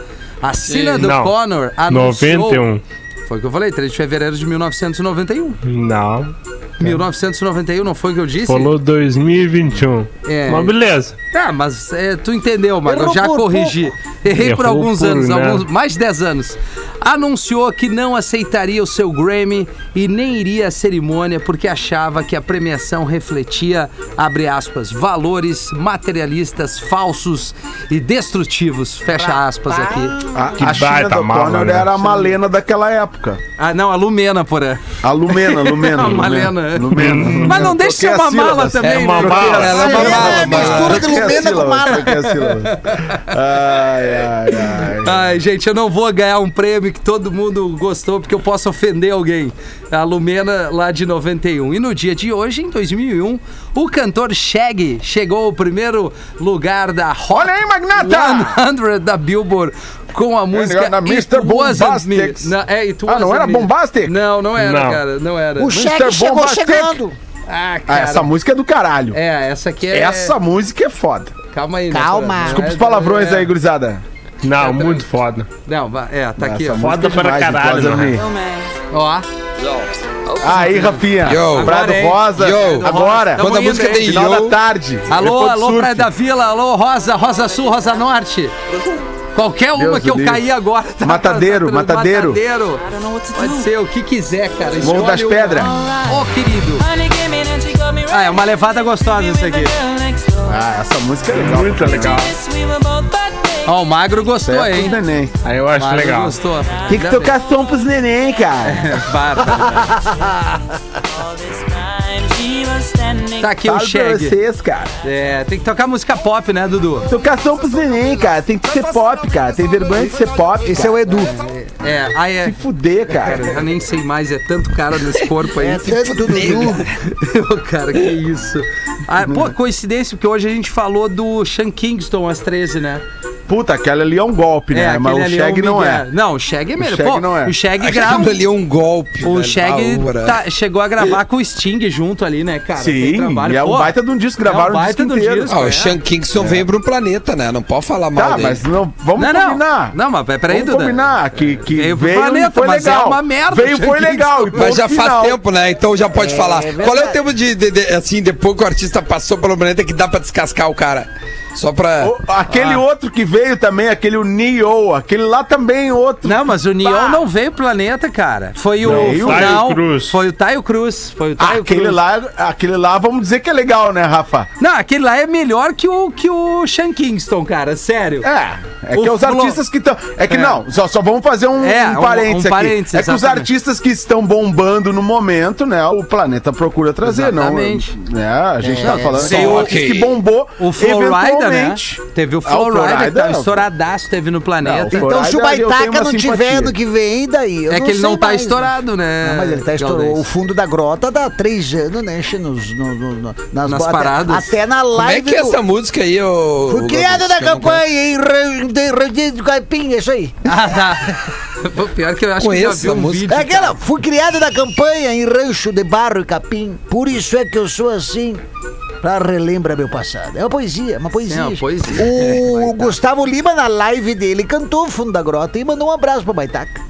B: A Cena
E: Não.
B: O'Connor anunciou...
E: 91.
B: Foi o que eu falei, 3 de fevereiro de 1991.
E: Não.
B: 1991, não foi o que eu disse?
E: É. Falou 2021.
B: É.
E: Mas um. beleza.
B: Tá, mas é, tu entendeu, mano. Eu
D: Errou
B: já
D: por
B: corrigi. Errei por
E: Errou
B: alguns
E: por
B: anos,
E: nada.
B: alguns, mais de 10 anos. anunciou que não aceitaria o seu Grammy e nem iria à cerimônia porque achava que a premiação refletia, abre aspas, valores materialistas falsos e destrutivos, fecha aspas aqui.
A: A,
E: Que
A: a China
E: baita
A: do
E: mala,
A: Connor
E: né?
A: era a Malena daquela época.
B: Ah, não, a Lumena, porra.
A: A é. Lumena, Lumena.
B: A
A: Lumena,
B: Malena.
A: Lumena, Lumena.
B: Mas não deixa de ser
A: Troquei
B: uma
A: as sílabas.
B: mala também,
C: É uma
B: né?
C: mala,
B: Ela é uma
C: sim.
B: mala.
C: É,
A: Mistura
D: de Lumena com mala.
A: Ai, ai, ai.
B: Ai, gente, eu não vou ganhar um prêmio que todo mundo gostou, porque eu posso ofender alguém. A Lumena, lá de 91. E no dia de hoje, em 2001, o cantor Shaggy chegou ao primeiro lugar da Hot
A: Olha aí, magnata! É,
B: 100 da Billboard com a música
A: na Mr.
B: Wasn't Me.
A: Bombastics.
B: Não, é, It
A: Ah, não
B: Wasn't
A: era
B: Me.
A: Bombastic?
B: Não, não era,
E: Não.
B: cara, não era.
D: O Cheque chegou
A: Bombastic.
D: chegando.
B: Ah,
A: Ah,
B: cara.
A: essa música é do caralho.
B: É, essa aqui é...
A: Essa música é foda.
B: Calma aí. né,
D: Calma.
B: cara?
A: Desculpa os palavrões
B: É,
A: aí, gurizada.
E: Não, muito foda.
B: Não, vai- é, tá aqui, ó.
A: Essa
E: Foda
A: música é
E: pra
A: demais,
E: caralho,
A: Rosa
E: né?
A: Mi.
B: Ó.
A: Aí, Rafinha.
C: Yo.
A: Praia do
B: Agora, hein?
A: Rosa.
C: Yo.
A: Agora.
B: Tamo
C: Quando a
B: indo, né?
C: música
B: hein?
C: tem
A: Final da
C: yo,
A: tarde.
B: Alô,
A: Depois do
B: alô,
A: surf.
B: Praia da Vila, alô, Rosa, Rosa Sul, Rosa Norte. Qualquer uma
A: Deus
B: que eu
A: o livre.
B: cair agora. tá-
A: Matadeiro,
B: tá- tá-
A: matadeiro.
B: matadeiro. Pode ser o que quiser, cara.
A: Morro
B: Escolhe
A: das
B: uma.
A: Pedras.
B: Ô, querido. Ah, é uma levada gostosa isso aqui.
A: Ah, essa música é legal.
E: Muito legal.
B: Ó, o Magro gostou,
A: Certo,
B: hein?
A: neném.
E: Aí eu acho
B: O Magro
E: legal.
B: gostou. é
A: Tem que tocar som pros neném, cara.
B: Bárbaro. Tá aqui o
A: Fala pra
B: Shag.
A: vocês, cara.
B: É, tem que tocar música pop, né, Dudu?
A: Tocar som pros neném, cara. Tem que ser pop, cara. Tem vergonha de ser pop.
D: Esse é o Edu.
B: É, aí é.
A: Fuder,
B: Cara,
A: cara.
B: eu já nem sei mais, é tanto cara nesse corpo aí.
D: Esse é o Edu Dudu.
B: Ô, cara, que isso. Ah, pô, coincidência, porque hoje a gente falou do Sean Kingston às 13, né?
A: Puta, aquela ali é um golpe, né? Mas o
B: aquele ali é
A: Shag não
B: Miguel.
A: é.
B: Não, o Shag é mesmo.
A: Shag
B: Pô,
A: não é.
B: O Shag
C: aquilo
B: grava.
C: ali é um golpe,
B: O
C: velho,
B: Shag
C: da hora.
B: tá- chegou a gravar com o Sting junto ali, né, cara? Tem
A: Sim, e é um
B: Pô,
A: baita de um disco. Gravaram o
B: baita
A: disco
B: de um
A: inteiro.
B: disco.
C: Ah,
B: É.
C: o Sean Kingston veio pro planeta, né? Não pode falar mal
A: Tá,
C: dele.
A: mas não, vamos
B: Não, não.
A: combinar.
B: Não, mas peraí,
A: Vamos
B: Duda.
A: combinar que, que
B: Veio
A: veio,
B: pro planeta,
A: e foi
B: mas é
A: legal.
B: uma merda,
A: Veio e
B: Sean
A: foi legal. e
C: Mas
A: ponto
C: já faz
A: final.
C: tempo, né? Então já pode falar. Qual é o tempo de, de- de- assim, depois que o artista passou pelo planeta que dá pra descascar o cara? Só pra.
A: O- aquele outro que veio também, aquele o Neo, aquele lá também outro.
B: Não, mas o Neon não veio pro planeta, cara. Foi o.
A: Veio.
B: não,
E: Taio Cruz.
B: Foi o Taio Cruz. Foi o
A: Ah,
B: Taio
A: aquele
B: Cruz.
A: lá, aquele lá, vamos dizer que é legal, né, Rafa?
B: Não, aquele lá é melhor que o, que o Sean Kingston, cara. Sério.
A: É, é
B: O
A: que os
B: Flo-
A: artistas que estão. É que
B: É.
A: não, só, só vamos fazer um,
B: É,
A: um
B: um-
A: parênteses
B: um
A: aqui.
B: parênteses,
A: é que os
B: exatamente.
A: artistas que estão bombando no momento, né? O planeta procura trazer,
B: Exatamente. É.
A: não. Né, a gente tá falando
C: sim,
A: são
C: ok.
A: artistas que bombou.
B: O Flowrider, né?
A: eventualmente.
B: Teve o
A: Ah, o
B: Flowrider, que tá
A: Flowrider, não.
B: estouradaço, teve no planeta.
A: Não, o
D: Então,
A: Coragem,
D: se o
A: eu tenho
D: Baitaca
A: uma
D: não tiver
A: simpatia.
D: ano que vem, daí. eu
B: É que ele
D: sei
B: não tá
D: mais, né?
B: estourado, né,
D: Não, mas ele tá estourado.
B: Galdês?
D: O fundo da grota dá três anos, né? Che, nos, no, no- no- nas,
B: Nas
D: bo- até-
B: paradas.
D: Até, na
C: Como é
D: live.
C: que é essa música aí, ô.
D: Fui
C: ô,
D: criado
C: Gabriel,
D: na
C: que eu não
D: campanha, hein? Rendido do Caipim, é isso aí.
B: Ah, tá. Pô, Pior que eu acho
C: Conheço
B: que eu já vi
C: a
B: um
C: música.
B: vídeo.
D: É aquela, fui criado na campanha em rancho de barro e capim, por isso é que eu sou assim, pra relembra meu passado. É uma poesia, uma poesia.
B: É uma
D: gente.
B: poesia.
D: O Gustavo Lima, na live dele, cantou o Fundo da Grota e mandou um abraço pra Baitaca.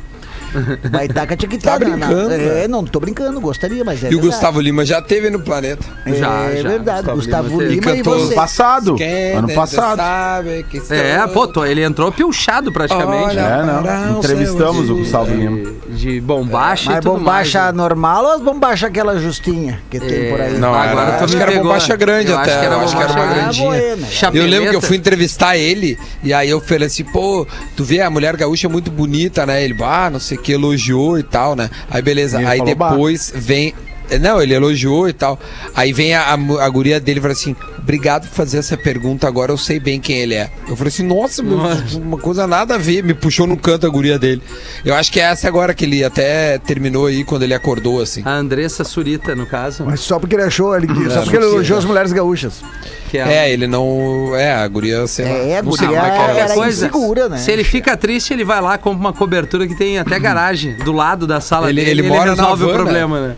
D: Baitaca tinha que estar
C: Tá brincando,
D: na,
C: né?
D: É, não tô brincando, gostaria, mas é
C: E o
D: verdade.
C: Gustavo Lima já teve no planeta.
D: É
B: Já, já,
D: verdade, Gustavo,
B: Gustavo Lima
D: Lima,
C: teve.
D: e
C: E cantou
D: você.
A: Ano passado. Ano
C: Quem
A: passado.
C: sabe que sou-
B: É, pô, tô- ele entrou pilchado praticamente.
C: Olha.
B: né?
A: É,
C: Parar
A: não.
C: o
A: Entrevistamos
C: céu
A: o Gustavo Lima.
B: De, de bombacha e
D: É, Mas
B: tudo
D: bombacha
B: mais. né?
D: normal ou as bombacha aquela justinha que tem
B: É,
D: por aí? tá
C: Não,
B: agora
C: era-
B: tu
C: acho
B: me
C: que era
B: pegou.
C: bombacha grande
B: eu
C: até,
B: Acho que era
C: eu acho que era
B: bombacha
C: uma
B: grande. Ah,
D: grandinha.
C: Eu lembro que eu fui entrevistar ele, e aí eu falei assim, pô, tu vê, a mulher gaúcha é muito bonita, né? Ele, ah, não sei o que, elogiou e tal, né? Aí beleza,
A: Ele
C: aí
A: falou, "Bah."
C: depois vem... eh, Não, ele elogiou e tal. Aí vem a, a, mu- a guria dele e fala assim, obrigado por fazer essa pergunta, agora eu sei bem quem ele é. Eu falei assim, nossa, meu, uma coisa nada a ver, me puxou no canto a guria dele. Eu acho que é essa agora que ele até terminou aí, quando ele acordou, assim.
B: A Andressa Surita, no caso.
D: Mas só porque ele achou, ele, só porque ele elogiou as mulheres gaúchas.
B: Que é,
C: É, ele não... É, a guria, sei lá.
D: É, a
C: não sei
D: guria
C: como é que
D: era
C: é.
B: qualquer coisa.
D: insegura, né?
B: Se ele fica triste, ele vai lá, compra uma cobertura que tem até garagem do lado da sala
C: Ele-
B: dele.
C: ele mora na
B: resolve o
C: van, né?
B: problema, né?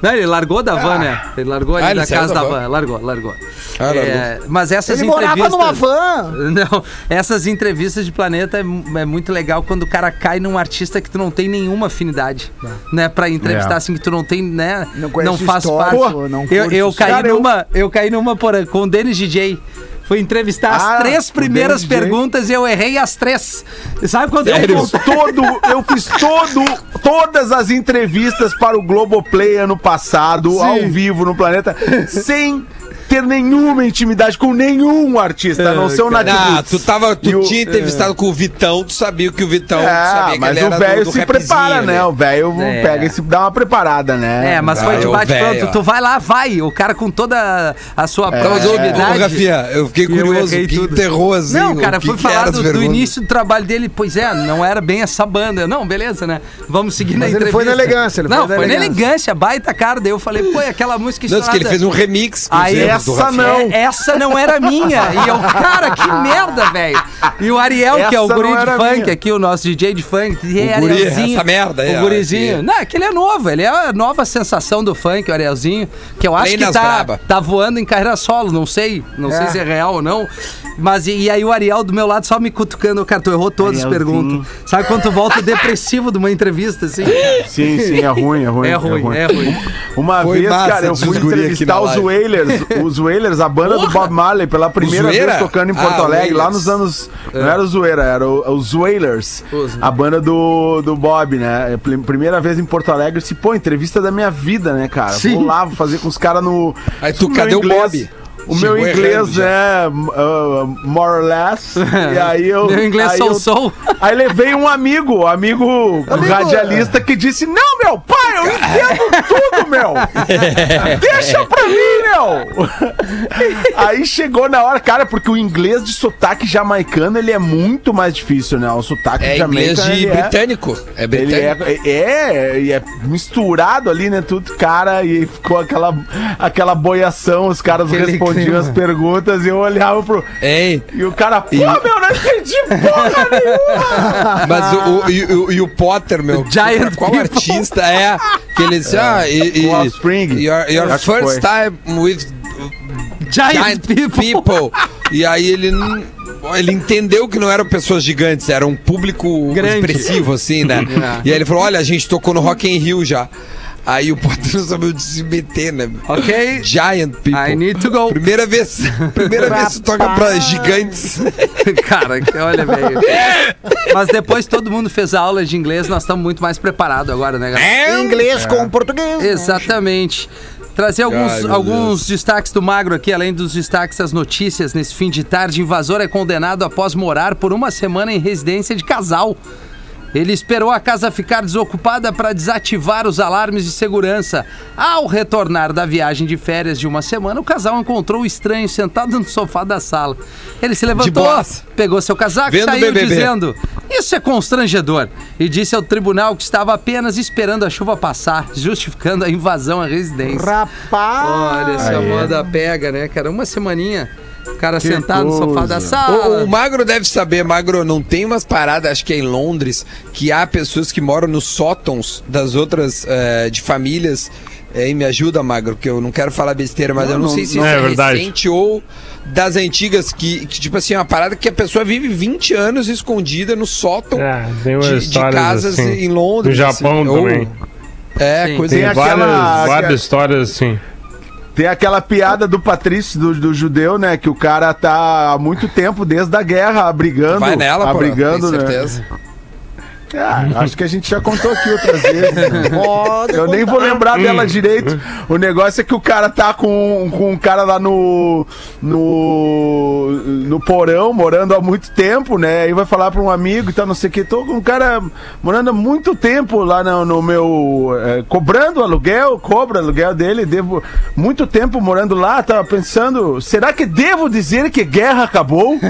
B: Não, ele largou
D: Ah.
B: da van, né? Ele largou ali
C: Ah, ele
B: da
C: saiu
B: casa da
C: da
B: van.
C: van.
B: Largou, largou.
C: Ah,
B: É, mas essas
D: Ele morava
B: entrevistas...
D: numa van.
B: Não, essas entrevistas de planeta é, mu- é muito legal quando o cara cai num artista que tu não tem nenhuma afinidade, né? Pra entrevistar
A: É.
B: assim que tu não tem, né?
D: Não conhece o
B: faz
D: histórico,
B: parte.
D: não
B: eu,
D: curte
B: eu
D: os
B: caí
A: caras, eu-
B: numa, eu... caí numa porra, com o Denis DJ. Fui entrevistar as
A: Ah,
B: três primeiras
A: entendi.
B: perguntas e eu errei as três. Sabe quando
A: Eu
B: eu
A: fiz todo, eu fiz todo, todas as entrevistas para o Globoplay ano passado, ao vivo no planeta, sem ter nenhuma intimidade com nenhum artista, a não ser o Nath
C: Ah,
A: Roots.
C: tu, tava,
A: E
C: tu
A: o-
C: tinha entrevistado com o Vitão, tu sabia que o Vitão. tu sabia
A: É,
C: que
A: mas
C: ele
A: o
C: era do-
A: velho
C: do
A: se
C: rapzinho
A: prepara,
C: ali.
A: né? O velho
B: É.
A: pega e se dá uma preparada, né?
B: É, mas
A: Dá.
B: foi
C: Vai,
B: de
C: ô
B: bate-pronto.
C: velho.
B: Tu vai lá, vai. O cara com toda a sua
C: Não, mas, ô, ô,
B: proatividade.
C: Rafinha, eu fiquei
B: E eu
C: curioso.
B: errei
C: que
B: tudo.
C: enterrou assim?
B: Não,
C: o
B: cara,
C: que
B: foi
C: que era
B: falar
C: as
B: do, do
C: perguntas?
B: início do trabalho dele. Pois é, não era bem essa banda. Não, beleza, né? Vamos seguir na
F: Mas ele
B: entrevista.
F: foi na elegância, ele
B: não,
F: foi na
B: foi na
F: elegância.
B: elegância, baita cara. Daí eu falei, pô, é aquela música
C: Não, diz que ele fez um remix. com os
B: Aí
C: erros do
A: Ah, essa
C: Rafinha.
A: não.
B: Ah, É, essa não era minha. E eu, cara, que merda, velho. E o Ariel, que é o
A: Essa
B: guri
A: não
B: de
A: era
B: funk
A: minha.
B: aqui, o nosso DJ de funk. que é
C: O guri,
B: Arielzinho.
C: essa merda aí,
B: O
C: ó,
B: gurizinho.
C: aqui.
B: Não, é que ele é novo. Ele é a nova sensação do funk, o Arielzinho. Que eu acho
C: Lei
B: que
C: nas
B: tá,
C: braba.
B: tá voando em carreira solo. Não sei. Não sei se é real ou não. Mas e, e aí o Ariel do meu lado só me cutucando. Cara, tu errou todas as perguntas. Sabe quando tu volta depressivo de uma entrevista, assim?
A: Sim, sim, é ruim, é ruim.
B: É ruim, é ruim.
A: Uma
C: Foi
A: vez,
C: massa
A: cara, eu
C: dizer
A: fui
C: os guri aqui
A: entrevistar
C: na
A: os
C: live.
A: Wailers, os Wailers, a banda do Bob Marley, pela primeira vez
C: Zoeira?
A: tocando em
C: Ah,
A: Porto Alegre, lá
C: Wailers. É.
A: nos anos. Não era o Zoeira, era o- os Wailers,
B: Os-
A: a banda do, do Bob, né? É a prim- Primeira vez em Porto Alegre, se pô, entrevista da minha vida, né, cara? Vou lá, vou fazer com os caras no.
C: Aí tu,
A: meu
C: cadê o
A: inglês-
C: Bob?
A: O meu
C: Chegou errando
A: inglês
C: já.
A: é uh, more or less. e aí eu.
B: Meu inglês
A: aí
B: sou
A: eu-
B: sou.
A: Aí levei um amigo, amigo, radialista, que disse: Não, meu pai, eu entendo tudo, meu! Deixa pra mim, meu! Aí chegou na hora, cara, porque o inglês de sotaque jamaicano ele é muito mais difícil, né? O sotaque
C: É inglês
B: então
A: jamaicano.
C: de
A: ele é-
C: britânico. É
A: ele
C: britânico.
A: é, é, e é misturado ali, né? Tudo, cara, e ficou aquela, aquela boiação, os caras
B: Aquele
A: respondiam
B: clima.
A: as perguntas e eu olhava pro.
C: Ei,
A: E o cara, pô, meu, não entendi porra nenhuma!
C: mas o, o- e o- e o Potter, meu.
B: Giant
C: qual
B: people.
C: artista é? Que ele disse, ah, e, e,
A: O Offspring.
C: Your, your
A: Acho que foi.
C: first time with
B: Giant,
C: giant
B: people.
C: people. E aí ele não- ele entendeu que não eram pessoas gigantes, era um público
B: Grande. É.
C: expressivo, assim, né? E aí ele falou: olha, a gente tocou no Rock in Rio já. Aí o Potter não sabia onde se meter, né?
B: Ok.
C: Giant people.
B: I need to go.
C: Primeira vez, primeira vez que tu toca pra gigantes.
B: Cara, que- olha, velho. Mas depois todo mundo fez a aula de inglês, nós estamos muito mais preparados agora, né, galera?
E: É.
D: Inglês com português. né?
B: Exatamente. Trazer
C: Ai,
B: alguns,
C: meu
B: alguns destaques do Magro aqui, além dos destaques das notícias nesse fim de tarde. Invasor é condenado após morar por uma semana em residência de casal. Ele esperou a casa ficar desocupada para desativar os alarmes de segurança. Ao retornar da viagem de férias de uma semana, o casal encontrou o estranho sentado no sofá da sala. Ele se levantou,
C: boas.
B: pegou seu casaco e
C: Vendo
B: saiu
C: BBB.
B: dizendo: Isso é constrangedor. E disse ao tribunal que estava apenas esperando a chuva passar, justificando a invasão à residência.
D: Rapaz.
B: Olha, essa moda pega, né, cara? Uma semaninha. O cara sentado no sofá da
C: O,
B: sala.
C: o Magro deve saber, Magro, não tem umas paradas, acho que é em Londres, que há pessoas que moram nos sótãos das outras eh, de famílias. Hein, me ajuda, Magro, porque eu não quero falar besteira, mas eu não, sei se
E: não
C: isso
E: é
C: é,
E: verdade.
C: recente ou das antigas, que, que, tipo assim, é uma parada que a pessoa vive 20 anos escondida no sótão
E: É, tem umas
C: de, de
E: histórias
C: casas
E: assim.
C: em Londres.
E: Do Japão
C: ou-
E: também.
C: É,
B: Sim.
C: coisa
E: Tem
A: Tem
E: várias,
A: aquela-
E: várias histórias assim.
A: Tem aquela piada do Patrício, do, do judeu, né? Que o cara tá há muito tempo, desde a guerra, brigando.
C: Vai nela, pô,
A: abrigando,
C: tenho
A: né?
C: certeza.
A: Ah, acho que a gente já contou aqui outras vezes. né?
D: Pode
A: Eu nem vou lembrar dela direito. O negócio é que o cara tá com, com um cara lá no, no. no porão, morando há muito tempo, né? E vai falar pra um amigo e tal, não sei o que. Tô com um cara morando há muito tempo lá no, no meu. eh, cobrando aluguel, cobra aluguel dele, devo. Muito tempo morando lá, tava pensando, será que devo dizer que guerra acabou?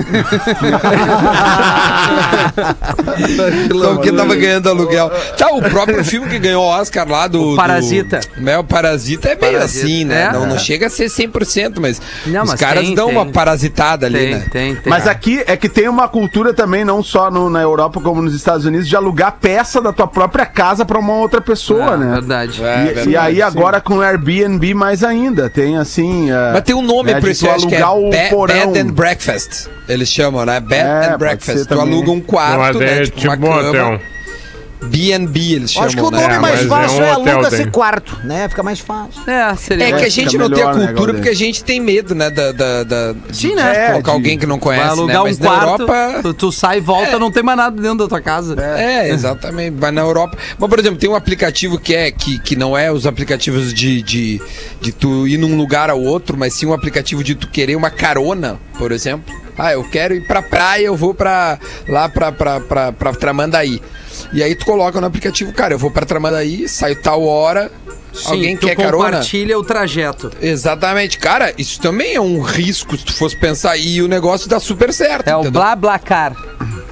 C: Só porque tava ganhando aluguel. Tá, o próprio filme que ganhou o Oscar lá do.
B: O Parasita.
C: Do, né, o Parasita é meio
B: Parasita,
C: assim, né?
B: é.
C: Não, não chega a ser 100%, mas
B: Não,
C: os
B: mas
C: caras
B: tem,
C: dão
B: tem.
C: uma parasitada ali,
B: Tem,
C: né?
B: tem, tem.
A: Mas aqui é que tem uma cultura também, não só no- na Europa como nos Estados Unidos, de alugar peça da tua própria casa pra uma outra pessoa,
B: É,
A: né?
B: Verdade.
C: É,
A: E- e,
C: verdade.
A: aí agora com o Airbnb mais ainda, tem assim... é,
C: Mas tem um nome
A: né,
C: pra
A: de
C: isso,
A: tu
C: eu acho que é
A: alugar o
C: ba-
A: porão.
C: Bed and Breakfast. Eles chamam, né? Bed
A: É,
C: and
A: pode ser
C: Breakfast. Tu
A: também.
C: aluga um quarto,
E: Mas
C: né?
E: é
C: Tipo,
E: tipo
C: uma
E: um hotel.
C: cama. B&B eles chamam.
D: Acho que o
C: né?
D: nome
E: É,
D: mais
E: mas
D: fácil
E: é um
D: é,
E: hotel
D: aluga-se
E: daí.
D: quarto, né? Fica mais fácil.
B: É, seria.
C: É que a gente não tem
A: melhor,
C: a
A: né,
C: cultura
A: Galdês?
C: porque a gente tem medo, né? Da, da, da-
B: Sim,
C: de
B: né?
A: É, de-
C: colocar alguém que não
B: Vai
C: conhece,
B: alugar
C: né?
B: um
C: Mas na
B: quarto,
C: Europa...
B: tu, tu sai e volta, não tem mais nada dentro da tua casa.
C: É, exatamente. Mas na Europa. Mas, por exemplo, tem um aplicativo que é que, que não é os aplicativos de, de, de tu ir num lugar ao outro, mas sim um aplicativo de tu querer uma carona, por exemplo. Ah, eu quero ir pra praia, eu vou pra lá pra, pra, pra, pra Tramandaí. E aí tu coloca no aplicativo, cara, eu vou pra Tramandaí, saio tal hora,
B: Sim,
C: alguém
B: tu
C: quer carona?
B: compartilha o trajeto.
C: Exatamente. Cara, isso também é um risco se tu fosse pensar. E o negócio dá super certo.
B: É o
C: entendeu?
B: BlaBlaCar.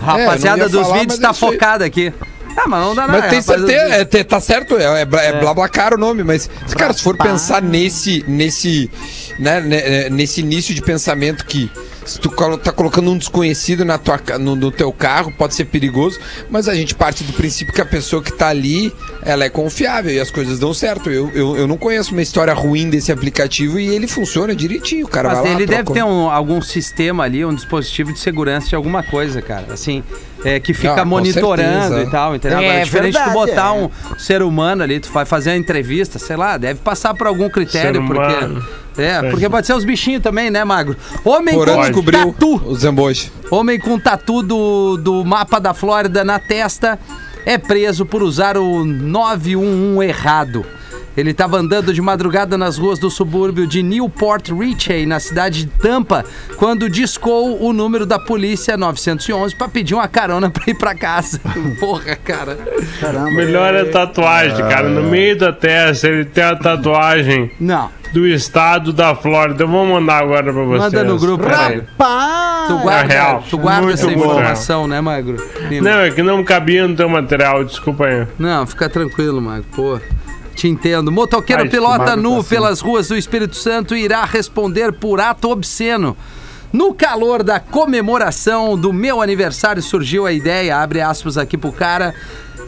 B: Rapaziada
C: É, eu não ia
B: dos
C: falar,
B: vídeos
C: mas
B: tá
C: eu sei.
B: focada aqui. Ah, mas não dá nada.
C: Mas tem
B: rapaziada dos
C: certeza,
B: vídeos.
C: é, te- tá certo, é, é, bla- é BlaBlaCar o nome, mas, cara, se for pensar nesse, nesse, né, né, é, nesse início de pensamento que se tu colo- tá colocando um desconhecido na tua, ca- no, no teu carro, pode ser perigoso, mas a gente parte do princípio que a pessoa que tá ali, ela é confiável e as coisas dão certo. Eu, eu, eu não conheço uma história ruim desse aplicativo e ele funciona direitinho, o cara
B: Mas
C: vai lá,
B: ele deve
C: troca-
B: ter um- algum sistema ali, um dispositivo de segurança de alguma coisa, cara. Assim, é, que
C: Ah,
B: fica
C: com
B: monitorando
C: certeza.
B: e tal, entendeu?
D: É
B: Agora, diferente de tu
D: verdade,
B: botar
D: é.
B: um ser humano ali, tu vai fazer uma entrevista, sei lá, deve passar por algum critério,
E: Ser humano.
B: porque. É, porque pode ser os bichinhos também, né, Magro? Homem
C: Porã
B: com
C: descobriu
B: tatu.
C: o Zamboche.
B: Homem com tatu do, do mapa da Flórida na testa é preso por usar o 911 errado. Ele estava andando de madrugada nas ruas do subúrbio de Newport Richey, na cidade de Tampa, quando discou o número da polícia 911 para pedir uma carona para ir para casa. Porra, cara.
E: Melhor é tatuagem, cara. No meio da testa ele tem a tatuagem
B: Não,
E: do estado da Flórida. Eu vou mandar agora pra vocês.
B: manda no grupo.
E: Pera aí.
B: Magro.
D: Pá!
B: Tu guarda,
E: É real.
B: tu guarda
E: Muito
B: essa
E: bom.
B: informação, né, Magro?
E: Não, é que não cabia no teu material, desculpa aí.
B: Não, fica tranquilo, Mago. Pô, te entendo. Motoqueiro
E: Ai,
B: pilota
E: Mago,
B: nu
E: tá assim.
B: pelas ruas do Espírito Santo e irá responder por ato obsceno. No calor da comemoração do meu aniversário surgiu a ideia, abre aspas aqui pro cara,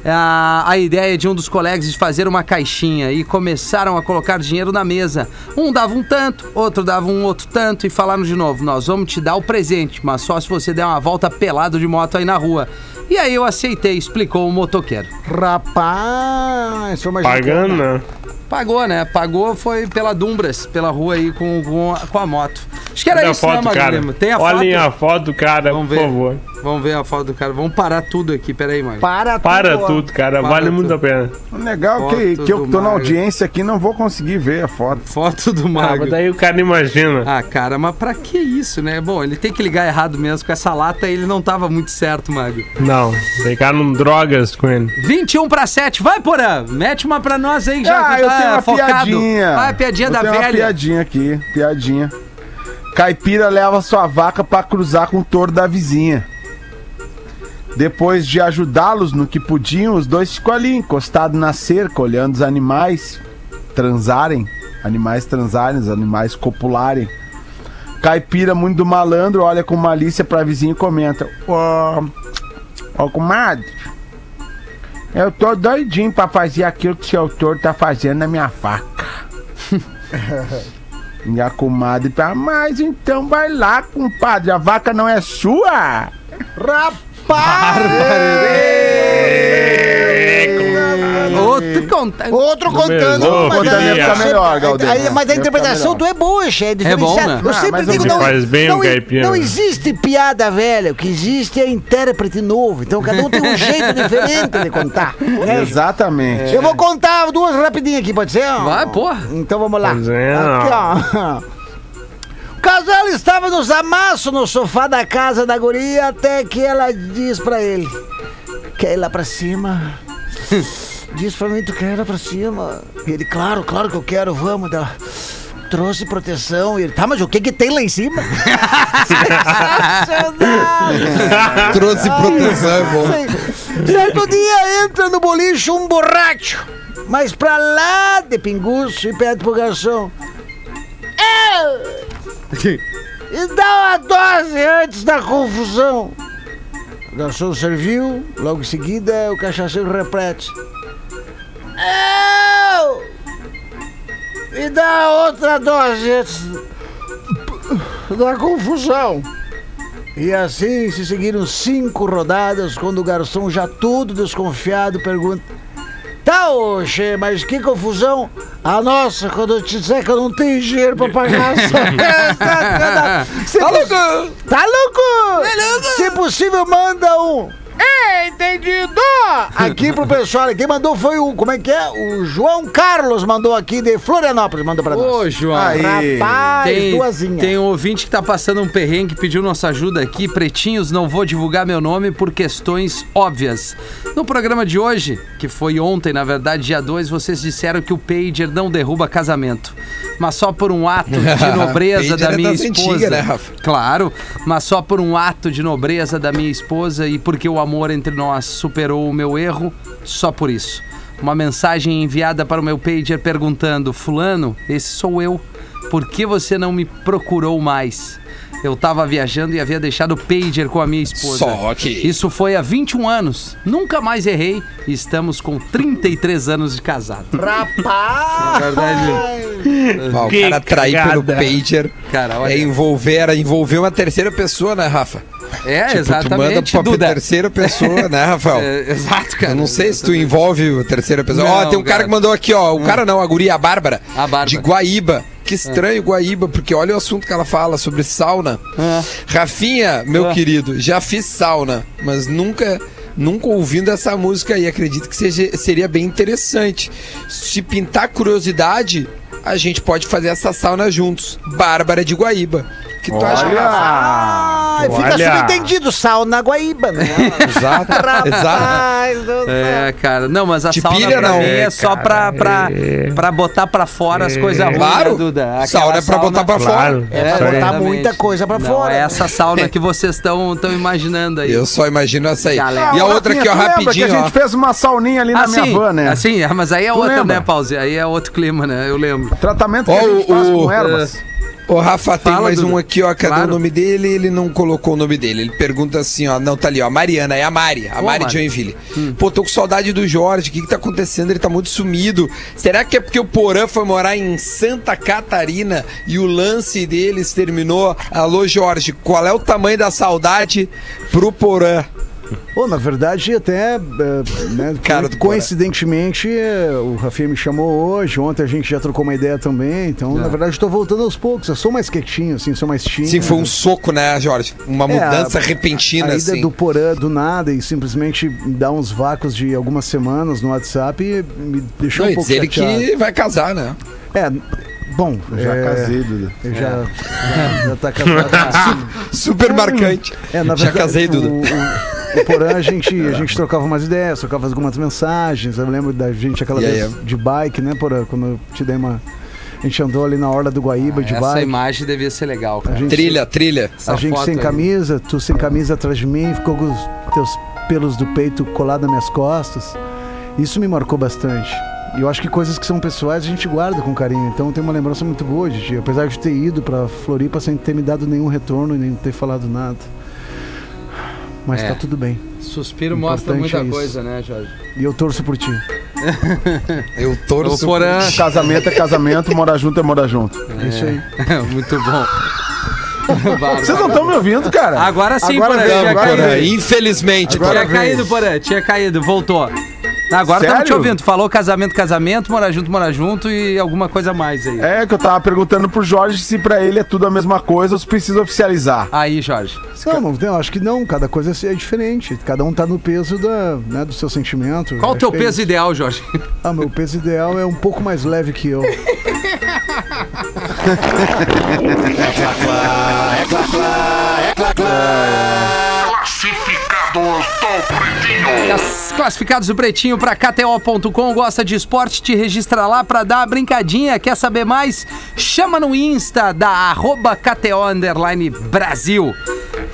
B: a, a ideia de um dos colegas de fazer uma caixinha e começaram a colocar dinheiro na mesa. Um dava um tanto, outro dava um outro tanto e falaram de novo: Nós vamos te dar o presente, mas só se você der uma volta pelado de moto aí na rua. E aí eu aceitei, explicou o motoqueiro.
D: Rapaz, foi uma
E: Pagando,
D: gincana.
E: né?
B: Pagou, né? Pagou foi pela Dumbras, pela rua aí com, com, a, com a moto. Acho que era
E: Olha a
B: isso, né,
E: foto,
B: Magro
E: cara.
B: Lima? Tem a
E: Olhem
B: foto.
E: a foto do cara,
B: Vamos
E: por
B: ver.
E: favor.
B: Vamos ver a foto do cara. Vamos parar tudo aqui. Pera aí, Magro.
D: Para,
E: Para
D: tudo. ó.
E: tudo, cara.
B: Para
E: vale
B: tudo.
E: muito a pena.
A: Legal que,
B: Foto
A: que eu
B: do
A: que tô na
B: Magro.
A: audiência aqui não vou conseguir ver a foto.
B: Foto do
E: Ah,
B: Magro.
E: mas daí o cara imagina.
B: Ah, cara, mas pra que isso, né? Bom, ele tem que ligar errado mesmo. Com essa lata ele não tava muito certo, Magro.
E: Não, pegaram drogas com ele.
B: 21 pra 7. Vai, Porã. Mete uma pra nós aí, já
A: ah,
B: que
A: eu tenho
B: tá
A: uma
B: focado.
A: piadinha.
B: Vai, a piadinha
A: eu
B: da
A: tenho uma
B: velha.
A: piadinha aqui, piadinha. Caipira leva sua vaca pra cruzar com o touro da vizinha. Depois de ajudá-los no que podiam, os dois ficam ali, encostados na cerca, olhando os animais transarem, animais transarem, os animais copularem. Caipira, muito malandro, olha com malícia pra vizinha e comenta: Ó, ó, comadre, eu tô doidinho pra fazer aquilo que seu touro tá fazendo na minha faca. e a comadre tá, mas então vai lá, compadre, a vaca não é sua.
B: Outro contato.
D: Outro contando.
E: mesmo, é
D: mas
E: contando
D: aí-
E: ia ficar
A: melhor, Galdês.
D: aí- Mas a
A: Ia
D: interpretação
A: ficar melhor.
D: tu é boa, che, é diferenciada.
B: bom, né?
D: Eu
A: Ah,
D: sempre
A: mais ou
D: digo,
A: menos.
D: não,
E: Faz bem
D: não,
E: o caipira,
D: não
E: né?
D: existe piada velha. O que existe é intérprete novo. Então cada um tem um jeito diferente de contar. né?
A: Exatamente.
D: Eu vou contar duas rapidinhas aqui, pode ser?
B: Vai, porra.
D: Então vamos lá.
E: Pois é.
D: Aqui, ó. O casal estava nos amassos no sofá da casa da guria até que ela diz pra ele: Quer ir lá pra cima? diz pra mim: Tu quer ir lá pra cima? E ele: Claro, claro que eu quero, vamos. Ela, Trouxe proteção. E ele: Tá, mas o que que tem lá em cima? Sensacional!
C: Trouxe
B: Ah,
C: proteção, é bom.
D: Sim. Certo dia entra no boliche um borracho, mas pra lá de pinguço e pede pro garçom. "Eu!" E dá uma dose antes da confusão. O garçom serviu, logo em seguida o cachaceiro repete. Eu! E dá outra dose antes da confusão. E assim se seguiram cinco rodadas, quando o garçom, já todo desconfiado, pergunta: Tá, ô, Che, mas que confusão! Ah, nossa, quando eu te disser que eu não tenho dinheiro pra pagar essa festa, se
C: Tá
D: poss-
C: louco?
D: Tá louco?
B: Tá
D: Se possível, manda um. É, entendido! Aqui pro pessoal, quem mandou foi o. Como é que é? O João Carlos mandou aqui de Florianópolis, mandou pra nós.
B: Ô, João.
A: Aí.
D: Rapaz,
B: Tem,
D: duasinha.
B: tem um ouvinte que tá passando um perrengue, pediu nossa ajuda aqui. Pretinhos, não vou divulgar meu nome por questões óbvias. No programa de hoje, que foi ontem, na verdade, dia 2, vocês disseram que o pager não derruba casamento. Mas só por um ato de nobreza
C: Pager
B: da
C: é
B: minha
C: das
B: esposa.
C: antigas, né, Rafa?
B: Claro, mas só por um ato de nobreza da minha esposa e porque o amor entre nós superou o meu erro, só por isso. Uma mensagem enviada para o meu pager perguntando: Fulano, esse sou eu, por que você não me procurou mais? Eu tava viajando e havia deixado o pager com a minha esposa.
C: Só que-
B: Isso foi há 21 anos. Nunca mais errei e estamos com 33 anos de casado. É
D: Rapaz!
C: Ah, o
E: Que
C: cara trair pelo
E: cagada.
C: pager
B: Cara, olha.
C: é envolver, é envolver uma terceira pessoa, né, Rafa? Tipo,
B: É,
C: Tu manda
B: exatamente,
C: pra
B: Duda.
C: terceira pessoa, né, Rafael?
B: É, exato, cara.
C: Eu não sei se tu envolve a terceira pessoa. Ó,
B: Não,
C: tem um cara
B: cara.
C: que mandou aqui, ó. O cara não, a guria, a Bárbara.
B: A Bárbara. É.
C: De Guaíba. Que estranho, Guaíba, porque olha o assunto que ela fala sobre sauna.
B: É.
C: Rafinha, meu querido, já fiz sauna, mas nunca. Nunca ouvindo essa música aí, acredito que seja, seria bem interessante. Se pintar curiosidade, a gente pode fazer essa sauna juntos. Bárbara de Guaíba. O Que tu acha, Rafa?
D: Ai, fica
E: Olha.
D: subentendido, sal na Guaíba, né?
C: Exato, exato.
D: Rapaz do céu.
B: É, cara. Não, mas a
C: Te
B: sauna
C: pilha,
B: pra
C: não.
B: mim é,
E: É,
B: só pra,
E: cara,
B: pra,
E: é.
B: pra botar pra fora as coisas ruins,
C: Claro.
B: né, Duda? Aquela
C: sauna é pra botar
B: Tá
C: pra fora.
E: Claro.
D: É, pra botar
B: exatamente.
D: muita coisa pra
B: Não,
D: fora.
B: É essa sauna que vocês estão imaginando aí.
C: Eu só imagino essa aí.
B: Galera.
C: E a
A: Ô,
C: outra
A: Ah, Rafinha,
C: aqui, ó,
A: tu lembra
C: rapidinho.
A: que a gente
C: ó. Assim,
A: fez uma sauninha ali na
B: Ah, sim,
A: minha van, né?
B: Ah, sim, ah, mas aí é outra,
A: lembra?
B: né, Pause? Aí é outro clima, né? Eu lembro.
A: Tratamento que
C: Ó,
A: a gente faz
C: o- é.
A: com ervas.
C: Ô, Rafa, tem
B: Fala,
C: mais
B: Duda.
C: um aqui, ó. Cadê
B: Claro.
C: o nome dele? Ele não colocou o nome dele. Ele pergunta assim, ó. Não, tá ali, ó. Mariana, é a Mari. A
B: Ô,
C: Mari
B: Mari.
C: de Joinville. Pô, tô com saudade do Jorge. O que que tá acontecendo? Ele tá muito sumido. Será que é porque o Porã foi morar em Santa Catarina e o lance deles terminou? Alô, Jorge, qual é o tamanho da saudade pro Porã?
F: Bom, na verdade, até é, né,
C: Cara do
F: coincidentemente, é, o Rafinha me chamou hoje, ontem a gente já trocou uma ideia também, então, na verdade, eu tô voltando aos poucos. Eu sou mais quietinho, assim, sou mais tímido.
C: É. Sim, foi um soco, né, Jorge? Uma
F: É, a-
C: mudança
F: a
C: repentina,
F: ida
C: assim.
F: do Porã do nada e simplesmente dar uns vácuos de algumas semanas no WhatsApp e me deixou
C: Não,
F: um
C: e
F: pouco
C: diz ele
F: chateado.
C: que vai casar, né?
F: É, bom,
A: Já
F: é,
A: casei, é. Duda.
F: Eu já, já, já tá casado.
C: Super marcante.
F: É, na
C: Já
F: verdade,
C: casei, Duda.
F: O, o, o Porã, a gente, a gente trocava umas ideias, trocava algumas mensagens. Eu lembro da gente aquela
C: E aí,
B: é?
F: vez de bike, né, Porã? Quando eu te dei uma. A gente andou ali na orla do Guaíba de
B: Ah, Essa
F: bike.
B: imagem devia ser legal,
F: A
B: cara.
F: gente,
C: Trilha, trilha.
F: a
B: Essa
F: gente
B: foto
F: sem
B: aí.
F: camisa, tu sem camisa atrás de mim, ficou com os teus pelos do peito colado nas minhas costas. Isso me marcou bastante. E eu acho que coisas que são pessoais a gente guarda com carinho. Então tem uma lembrança muito boa de ti. Apesar de ter ido pra Floripa sem ter me dado nenhum retorno e nem ter falado nada. Mas
B: É.
F: tá tudo bem.
B: Suspiro mostra
F: Importante
B: muita
F: é isso.
B: coisa, né, Jorge?
F: E eu torço por ti.
C: Eu torço.
B: Ô, Porã.
C: por ti.
A: Casamento é casamento, morar junto é morar junto.
F: É isso aí.
B: Muito bom.
A: Vocês não estão me ouvindo, cara?
B: Agora sim,
A: Agora
B: Porã.
A: vem,
B: tinha
A: agora
B: caído.
A: vem.
F: é
C: Porã, infelizmente,
A: Agora
B: Tinha
C: Porã.
A: vem.
B: caído, Porã, tinha caído, voltou. Agora
A: Sério?
B: estamos te ouvindo. Falou casamento, casamento, morar junto, morar junto e alguma coisa mais aí.
A: É que eu tava perguntando pro Jorge se pra ele é tudo a mesma coisa ou se precisa oficializar.
B: Aí, Jorge.
F: Não, não, é não, acho que não. Cada coisa é diferente. Cada um tá no peso da, né, do seu sentimento.
B: Qual o
F: Acho
B: teu
F: que é
B: peso ideal, Jorge?
F: Ah, meu peso ideal é um pouco mais leve que eu.
B: As classificados do Pretinho para KTO.com. Gosta de esporte? Te registra lá para dar a brincadinha. Quer saber mais? Chama no Insta da arroba KTO underline Brasil.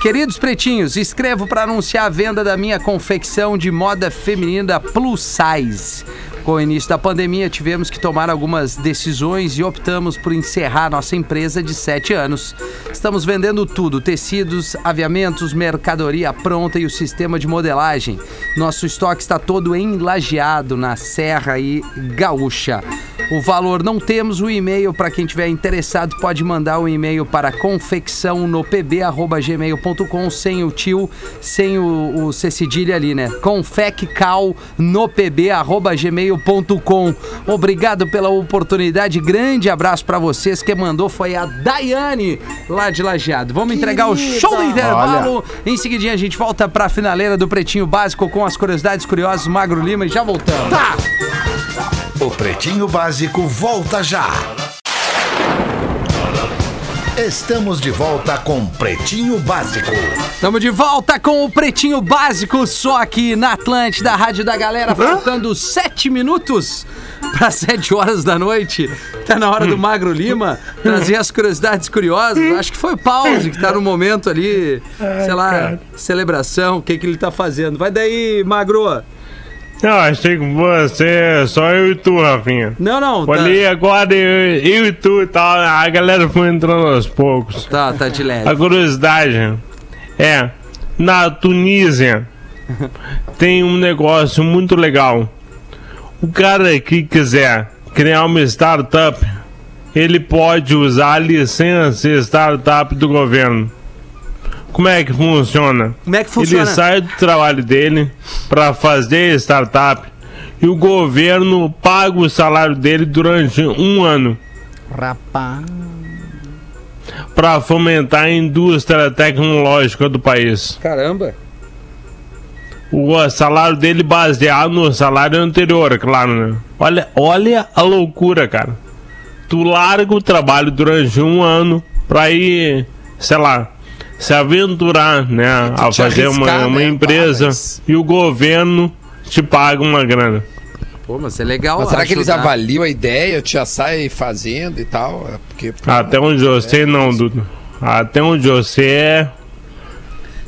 B: Queridos pretinhos, escrevo para anunciar a venda da minha confecção de moda feminina plus size. Com o início da pandemia, tivemos que tomar algumas decisões e optamos por encerrar nossa empresa de sete anos. Estamos vendendo tudo: tecidos, aviamentos, mercadoria pronta e o sistema de modelagem. Nosso estoque está todo enlajeado na Serra e Gaúcha. O valor não temos, o e-mail para quem tiver é interessado pode mandar o e-mail para confecção no pb@gmail.com sem o tio, sem o, o C cedilha ali, né? Confeccal no pb@gmail.com. Obrigado pela oportunidade. Grande abraço para vocês. Quem mandou foi a Daiane lá de Lajeado. Vamos entregar o
D: Querida.
B: show do intervalo. Em seguidinha a gente volta para a finaleira do Pretinho Básico com as curiosidades curiosas Magro Lima e já voltamos.
G: O Pretinho Básico volta já. Estamos de volta com Pretinho Básico.
B: Estamos de volta com o Pretinho Básico, só aqui na Atlântida, Rádio da Galera, faltando sete minutos para sete horas da noite. Tá na hora do Magro Lima trazer as curiosidades curiosas. Acho que foi o Pause que tá no momento ali, sei lá, celebração, o que que ele tá fazendo. Vai daí, Magro.
E: Eu achei que você, só eu e tu, Rafinha.
B: Não, não. Tá,
E: Falei agora eu, eu e tu e tal. A galera foi entrando aos poucos.
B: tá, tá de leve.
E: A curiosidade é: na Tunísia tem um negócio muito legal. O cara que quiser criar uma startup, ele pode usar a licença startup do governo. Como é que funciona?
B: Como é que
E: Ele
B: funciona?
E: sai do trabalho dele para fazer startup e o governo paga o salário dele durante um ano
D: Rapaz.
E: para fomentar a indústria tecnológica do
F: é-
E: país.
C: Caramba.
E: O salário dele baseado no salário anterior, claro, né? Olha, olha a loucura, cara. Tu larga o trabalho durante um ano pra ir, sei lá, se aventurar, né? A
C: É, te
E: fazer uma,
C: arriscar,
E: uma
C: né?
E: empresa
C: Bah, mas-
E: e o governo te paga uma grana.
B: Pô, mas é legal.
C: Mas será que eles
B: ajudar.
C: avaliam a ideia, tu já sai fazendo e tal? É Porque, pô,
E: Até onde eu sei,
C: É,
E: não, Dudu. Até onde eu sei é.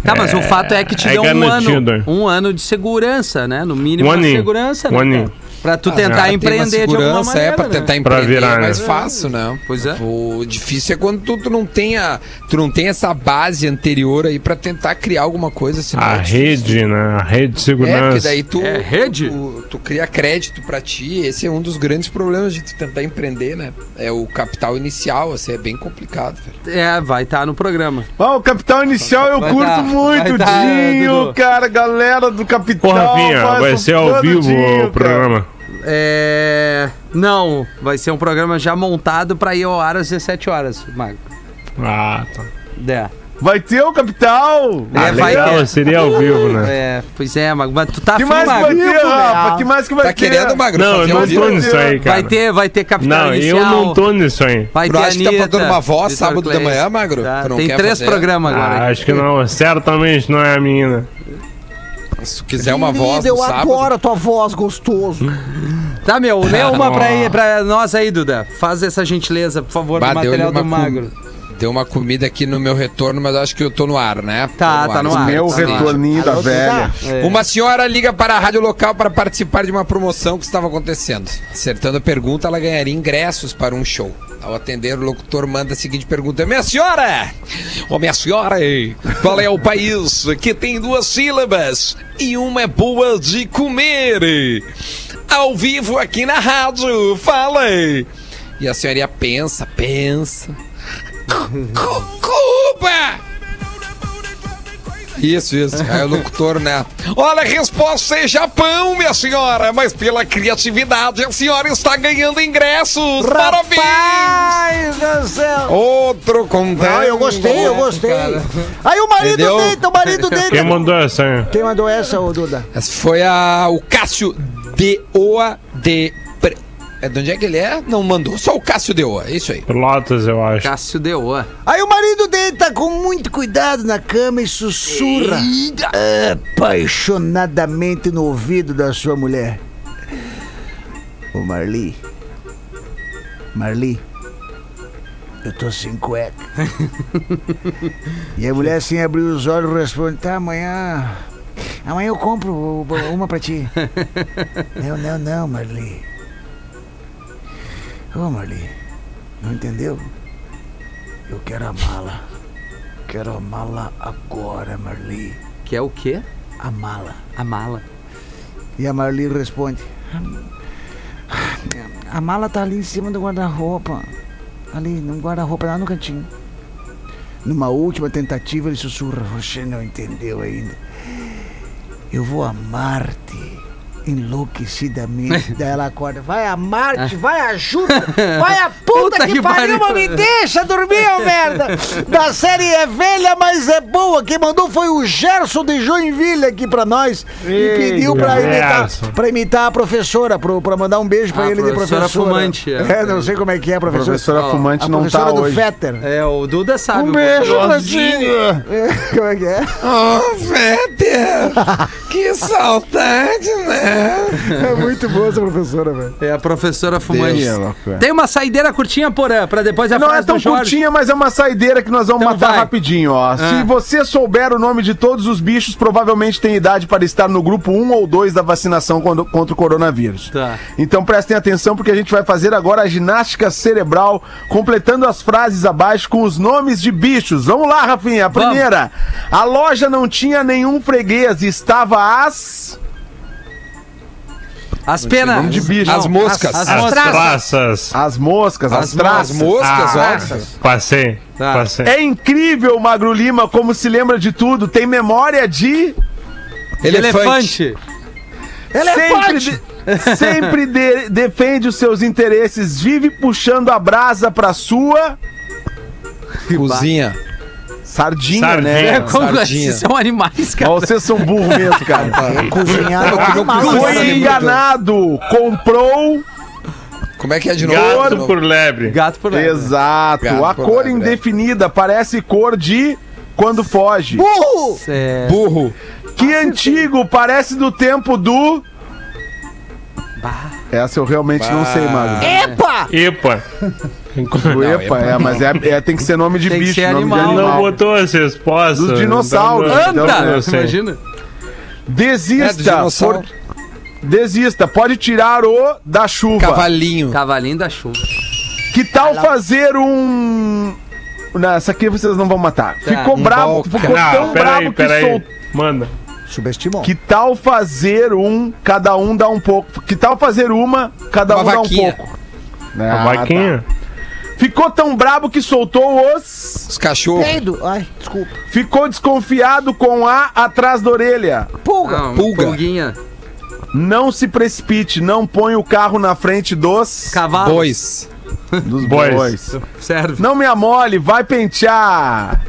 B: Tá, mas o fato é que te
E: é
B: deu um
E: garantido.
B: ano, um ano de segurança, né? No mínimo
E: Um
B: de
E: aninho.
B: segurança, né?
E: Um aninho.
B: cara? Pra tu
C: cara,
B: tentar
C: Ah, tem uma
B: empreender de alguma
C: segurança,
B: maneira,
C: É, pra
B: né?
C: tentar
E: Pra
C: empreender
E: virar,
C: é mais
E: né?
C: fácil, né?
B: Pois é.
C: O difícil é quando tu, tu não tem a, tu não tem essa base anterior aí pra tentar criar alguma coisa. Senão
E: A
C: é difícil.
E: rede, né? A rede de
C: É, porque
E: segurança.
C: daí tu,
B: É, rede?
C: tu, tu cria crédito pra ti. Esse é um dos grandes problemas de tu tentar empreender, né? É o capital inicial, assim, é bem complicado, velho.
B: É, vai estar no programa.
A: Ó, o Capitão Inicial eu
B: Vai
A: curto
B: dar,
A: muito,
B: vai dar,
C: né,
A: Dinho,
B: Dudu.
A: cara. Galera do Capitão.
E: Ô, Rafinha,
A: faz
E: vai
A: um
E: ser ao
A: todo
E: vivo
A: Dinho,
E: o programa.
B: É. Não, vai ser um programa já montado pra ir ao ar às 17 horas, Mago.
E: Ah, tá.
B: É.
A: cara. Vai ter o Capital.
B: É,
E: Ah,
B: vai
E: legal,
B: ter.
E: seria ao vivo, né?
B: É, pois é, Mago. Mas tu tá
A: Que
B: afim,
A: mais que vai
B: Mago?
A: ter, Rafa? Que mais que vai
C: Tá
A: ter?
C: querendo, Magro?
E: é. Não, eu
C: fazer um
E: não
C: ao vivo?
E: tô nisso aí, cara.
B: Vai ter, vai ter capital
E: um Não,
B: inicial.
E: eu não tô nisso aí.
B: Vai
C: Tu
B: ter
C: acha que tá
B: Anitta,
C: faltando uma voz
B: Vitor
C: sábado de
B: Clay.
C: manhã, Magro?
B: Tá,
C: Tu não
B: Tem
C: quer
B: três
C: fazer?
B: programas agora.
E: Ah, acho que não, certamente não é a minha. né?
C: Se tu quiser é uma voz
D: eu
C: no sábado,
D: adoro a tua voz, gostoso.
B: Tá, meu, lê
E: Ah,
B: uma pra,
E: não.
B: aí, pra nós aí, Duda. Faz essa gentileza, por favor,
C: Bah,
B: do
C: deu-lhe
B: material do
C: uma
B: magro.
C: deu uma comida aqui no meu retorno, mas eu acho que eu tô no ar, né?
B: Tá, tá no ar.
A: Meu
C: tá no ar.
A: retorninho da
D: Alô,
A: velha.
D: Duda?
B: É.
C: Uma senhora liga para a rádio local para participar de uma promoção que estava acontecendo. Acertando a pergunta, ela ganharia ingressos para um show. Ao atender, o locutor manda a seguinte pergunta: Minha senhora! Ô, minha senhora, qual é o país que tem duas sílabas e uma é boa de comer? Ao vivo aqui na rádio, fala! E a senhoria pensa, pensa. Cu- cu- Cuba! Isso, isso. Aí o locutor, né? Olha, a resposta é Japão, minha senhora. Mas pela criatividade, a senhora está ganhando ingressos. Parabéns!
D: Rapaz do céu.
C: Outro contato.
D: Ah, eu gostei, eu gostei. Aí o marido
C: Entendeu?
D: deita, o marido deita.
E: Quem mandou essa aí?
D: Quem mandou essa, ô Duda?
C: Essa foi a, o Cássio de Oa de... Pre- É de onde é que ele é? Não mandou. Só o Cássio de Oa, é isso aí.
E: Pelotas, eu acho.
B: Cássio Deoa.
D: Aí o marido deita com muito cuidado na cama e sussurra apaixonadamente no ouvido da sua mulher. Ô Marli. Marli. Eu tô sem cueca. e a mulher sem abrir os olhos responde, tá, amanhã. Amanhã eu compro o- uma pra ti. não, não, não, Marli. Ô Marli, não entendeu? Eu quero a mala. Quero a mala agora, Marli.
B: Que é o quê?
D: A mala.
B: A mala.
D: E a Marli responde: "Ah, A mala tá ali em cima do guarda-roupa. Ali, no guarda-roupa, lá no cantinho. Numa última tentativa, ele sussurra: Você não entendeu ainda. Eu vou a Marte enlouquecidamente. Daí ela acorda: Vai a Marte, vai a Júpiter, vai a puta,
B: Ah. Puta
D: que,
B: que
D: pariu,
B: pariu."
D: mas me deixa dormir, ô merda. Da série é velha, mas é boa. Quem mandou foi o Gerson de Joinville aqui pra nós. E
A: Ei,
D: pediu pra imitar,
E: Gerson.
D: pra imitar a professora, pro, pra mandar um beijo pra
B: Ah,
D: ele de
B: professora
D: professora.
B: fumante, é.
D: é. não sei como é que é,
A: A
D: professora.
A: professora
B: Ó,
A: fumante
D: A
A: não
D: professora
A: tá
D: do
A: hoje.
D: Fetter.
B: É, o é. Duda sabe.
A: Um beijo,
G: Josinha.
A: Josinha.
D: É, Como é que é?
C: Oh, Véter! que saudade, né?
D: É muito boa essa professora, velho.
B: É a professora fumante.
A: Deus, é louco, é.
B: Tem uma saideira curtinha, Porã, pra depois a
A: Não
B: frase
A: é tão
B: do Jorge.
A: curtinha, mas é uma saideira que nós vamos
B: Então
A: matar
B: vai. Ah.
A: rapidinho, ó. Se você souber o nome de todos os bichos, provavelmente tem idade para estar no grupo 1 ou 2 da vacinação quando- contra o coronavírus.
B: Tá.
A: Então prestem atenção porque a gente vai fazer agora a ginástica cerebral, completando as frases abaixo com os nomes de bichos. Vamos lá, Rafinha. A
B: Vamos.
A: primeira. A loja não tinha nenhum freguês e estava as...
B: As penas.
A: Nome de bicho.
C: As moscas.
B: as-
E: As
B: Mostrar-
E: traças.
A: As moscas, as,
B: As
A: traças.
C: As moscas,
E: Ah.
C: ó.
E: Passei,
B: Tá.
E: passei.
A: É incrível, Magro Lima, como se lembra de tudo. Tem memória de...
C: Elefante.
A: Sempre,
B: Elefante.
A: de- sempre de- defende os seus interesses, vive puxando a brasa pra sua
C: Cozinha.
A: sardinha,
E: Sardinha.
A: né?
B: Como
C: Sardinha.
B: esses são animais,
A: Ó,
B: cara?
A: Vocês são burros mesmo, cara.
D: Cozinhar
C: Ela comeu
E: Ah,
D: animal.
C: cozinha.
A: Foi enganado, comprou.
C: Como é que é de novo?
E: Gato por lebre.
B: Gato por lebre.
A: Exato.
C: Gato,
A: a cor
C: né,
A: indefinida parece cor de quando foge.
D: Burro!
B: É...
C: Burro.
A: Que antigo parece do tempo do. Essa eu realmente não
C: Bah.
A: sei, Magro.
D: Epa!
E: Epa.
A: Do
C: Não,
A: Epa,
C: epa.
A: é, mas é, é- tem que ser nome de
B: Tem que
A: bicho,
B: ser
A: nome
B: animal.
E: Ele
A: de
E: não
A: animal.
E: botou as respostas.
A: Dos dinossauros.
E: Então
A: Então,
E: não-
B: Anda!
E: eu sei.
B: Imagina.
C: É do
A: Desista.
C: dinossauro.
A: por- Desista, pode tirar o da chuva.
C: Cavalinho.
B: Cavalinho da chuva.
A: Que tal fazer um. Não, essa aqui vocês não vão matar. Ficou
C: um
A: bravo,
C: balcão.
A: ficou
E: Não,
A: tão
E: peraí,
A: bravo que
E: peraí.
A: soltou.
E: Manda.
D: Subestimou.
A: Que tal fazer um, cada um dá um pouco. Que tal fazer uma, cada
C: Uma
A: um
C: vaquinha.
A: dá um pouco.
E: A
A: Ah,
E: vaquinha.
A: tá. Ficou tão brabo que soltou os.
C: Os cachorros.
D: Peido. Ai, desculpa.
A: Ficou desconfiado com a atrás da orelha.
D: Pulga.
B: uma
C: Pulga.
B: Pulguinha.
A: Não se precipite, não põe o carro na frente dos.
B: Cavalo.
C: Bois.
A: Dos
E: Boys.
A: bois.
B: Serve.
A: Não me amole, vai pentear.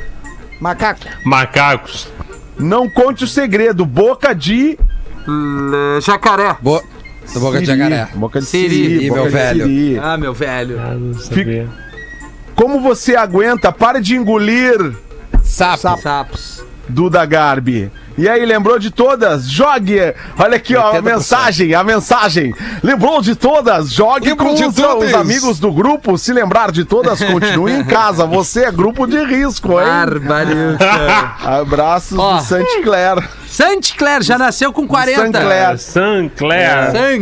D: Macaco.
E: Macacos.
A: Não conte o segredo. Boca de.
B: L- Jacaré.
C: Bo... Da boca de
A: siri.
C: jacaré.
A: Boca de
B: Siri,
A: siri.
C: meu
A: boca de
C: velho.
A: siri.
B: Ah, meu velho.
E: Ah, não sabia.
A: Como você aguenta? Pare de engolir,
C: Sapo.
B: Sapos.
A: Duda Garbi. E aí, lembrou de todas? Jogue! Olha aqui, ó, a
C: 80%.
A: mensagem, a mensagem. Lembrou de todas? Jogue
C: Lembrou
A: com
C: de
A: os,
C: todas.
A: os amigos do grupo. Se lembrar de todas, continue em casa. Você é grupo de risco, hein?
B: Bárbaro.
A: Abraços
B: Ó.
A: do Saint Clair.
B: Saint Clair já nasceu com 40.
A: Saint Clair.
E: Sancler.
B: Saint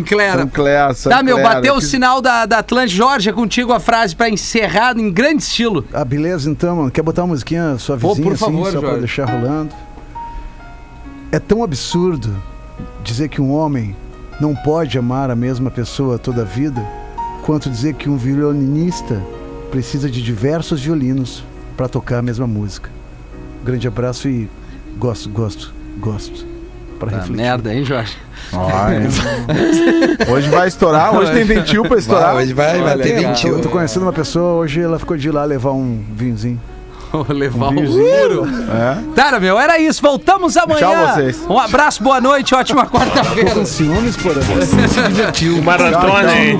B: Clair.
A: Saint Clair,
B: Tá, meu, bateu o
A: sinal.
B: sinal da, da Atlântica. Jorge, é contigo a frase pra encerrar em grande estilo.
F: Ah, beleza, então, mano. Quer botar uma musiquinha
B: Pô,
F: suavezinha
B: por
F: assim,
B: favor,
F: só pra
B: Jorge.
F: deixar rolando? É tão absurdo dizer que um homem não pode amar a mesma pessoa toda a vida, quanto dizer que um violinista precisa de diversos violinos pra tocar a mesma música. Grande abraço e gosto, gosto, gosto. Pra
A: Tá,
B: Ah,
F: refletir.
B: merda, hein, Jorge?
A: hoje vai estourar, hoje tem ventil pra estourar.
C: Vai, hoje vai, vai
B: Olha,
C: ter
B: cara.
F: Eu tô
C: 21.
F: conhecendo uma pessoa, hoje ela ficou de ir lá levar um vinhozinho.
B: Vou levar um muro.
A: Uhum. É.
B: Tá, meu, era isso. Voltamos amanhã.
A: Tchau, vocês.
B: Um abraço, boa noite, ótima quarta-feira.
F: Ciúmes, porra.
E: Maratona, hein?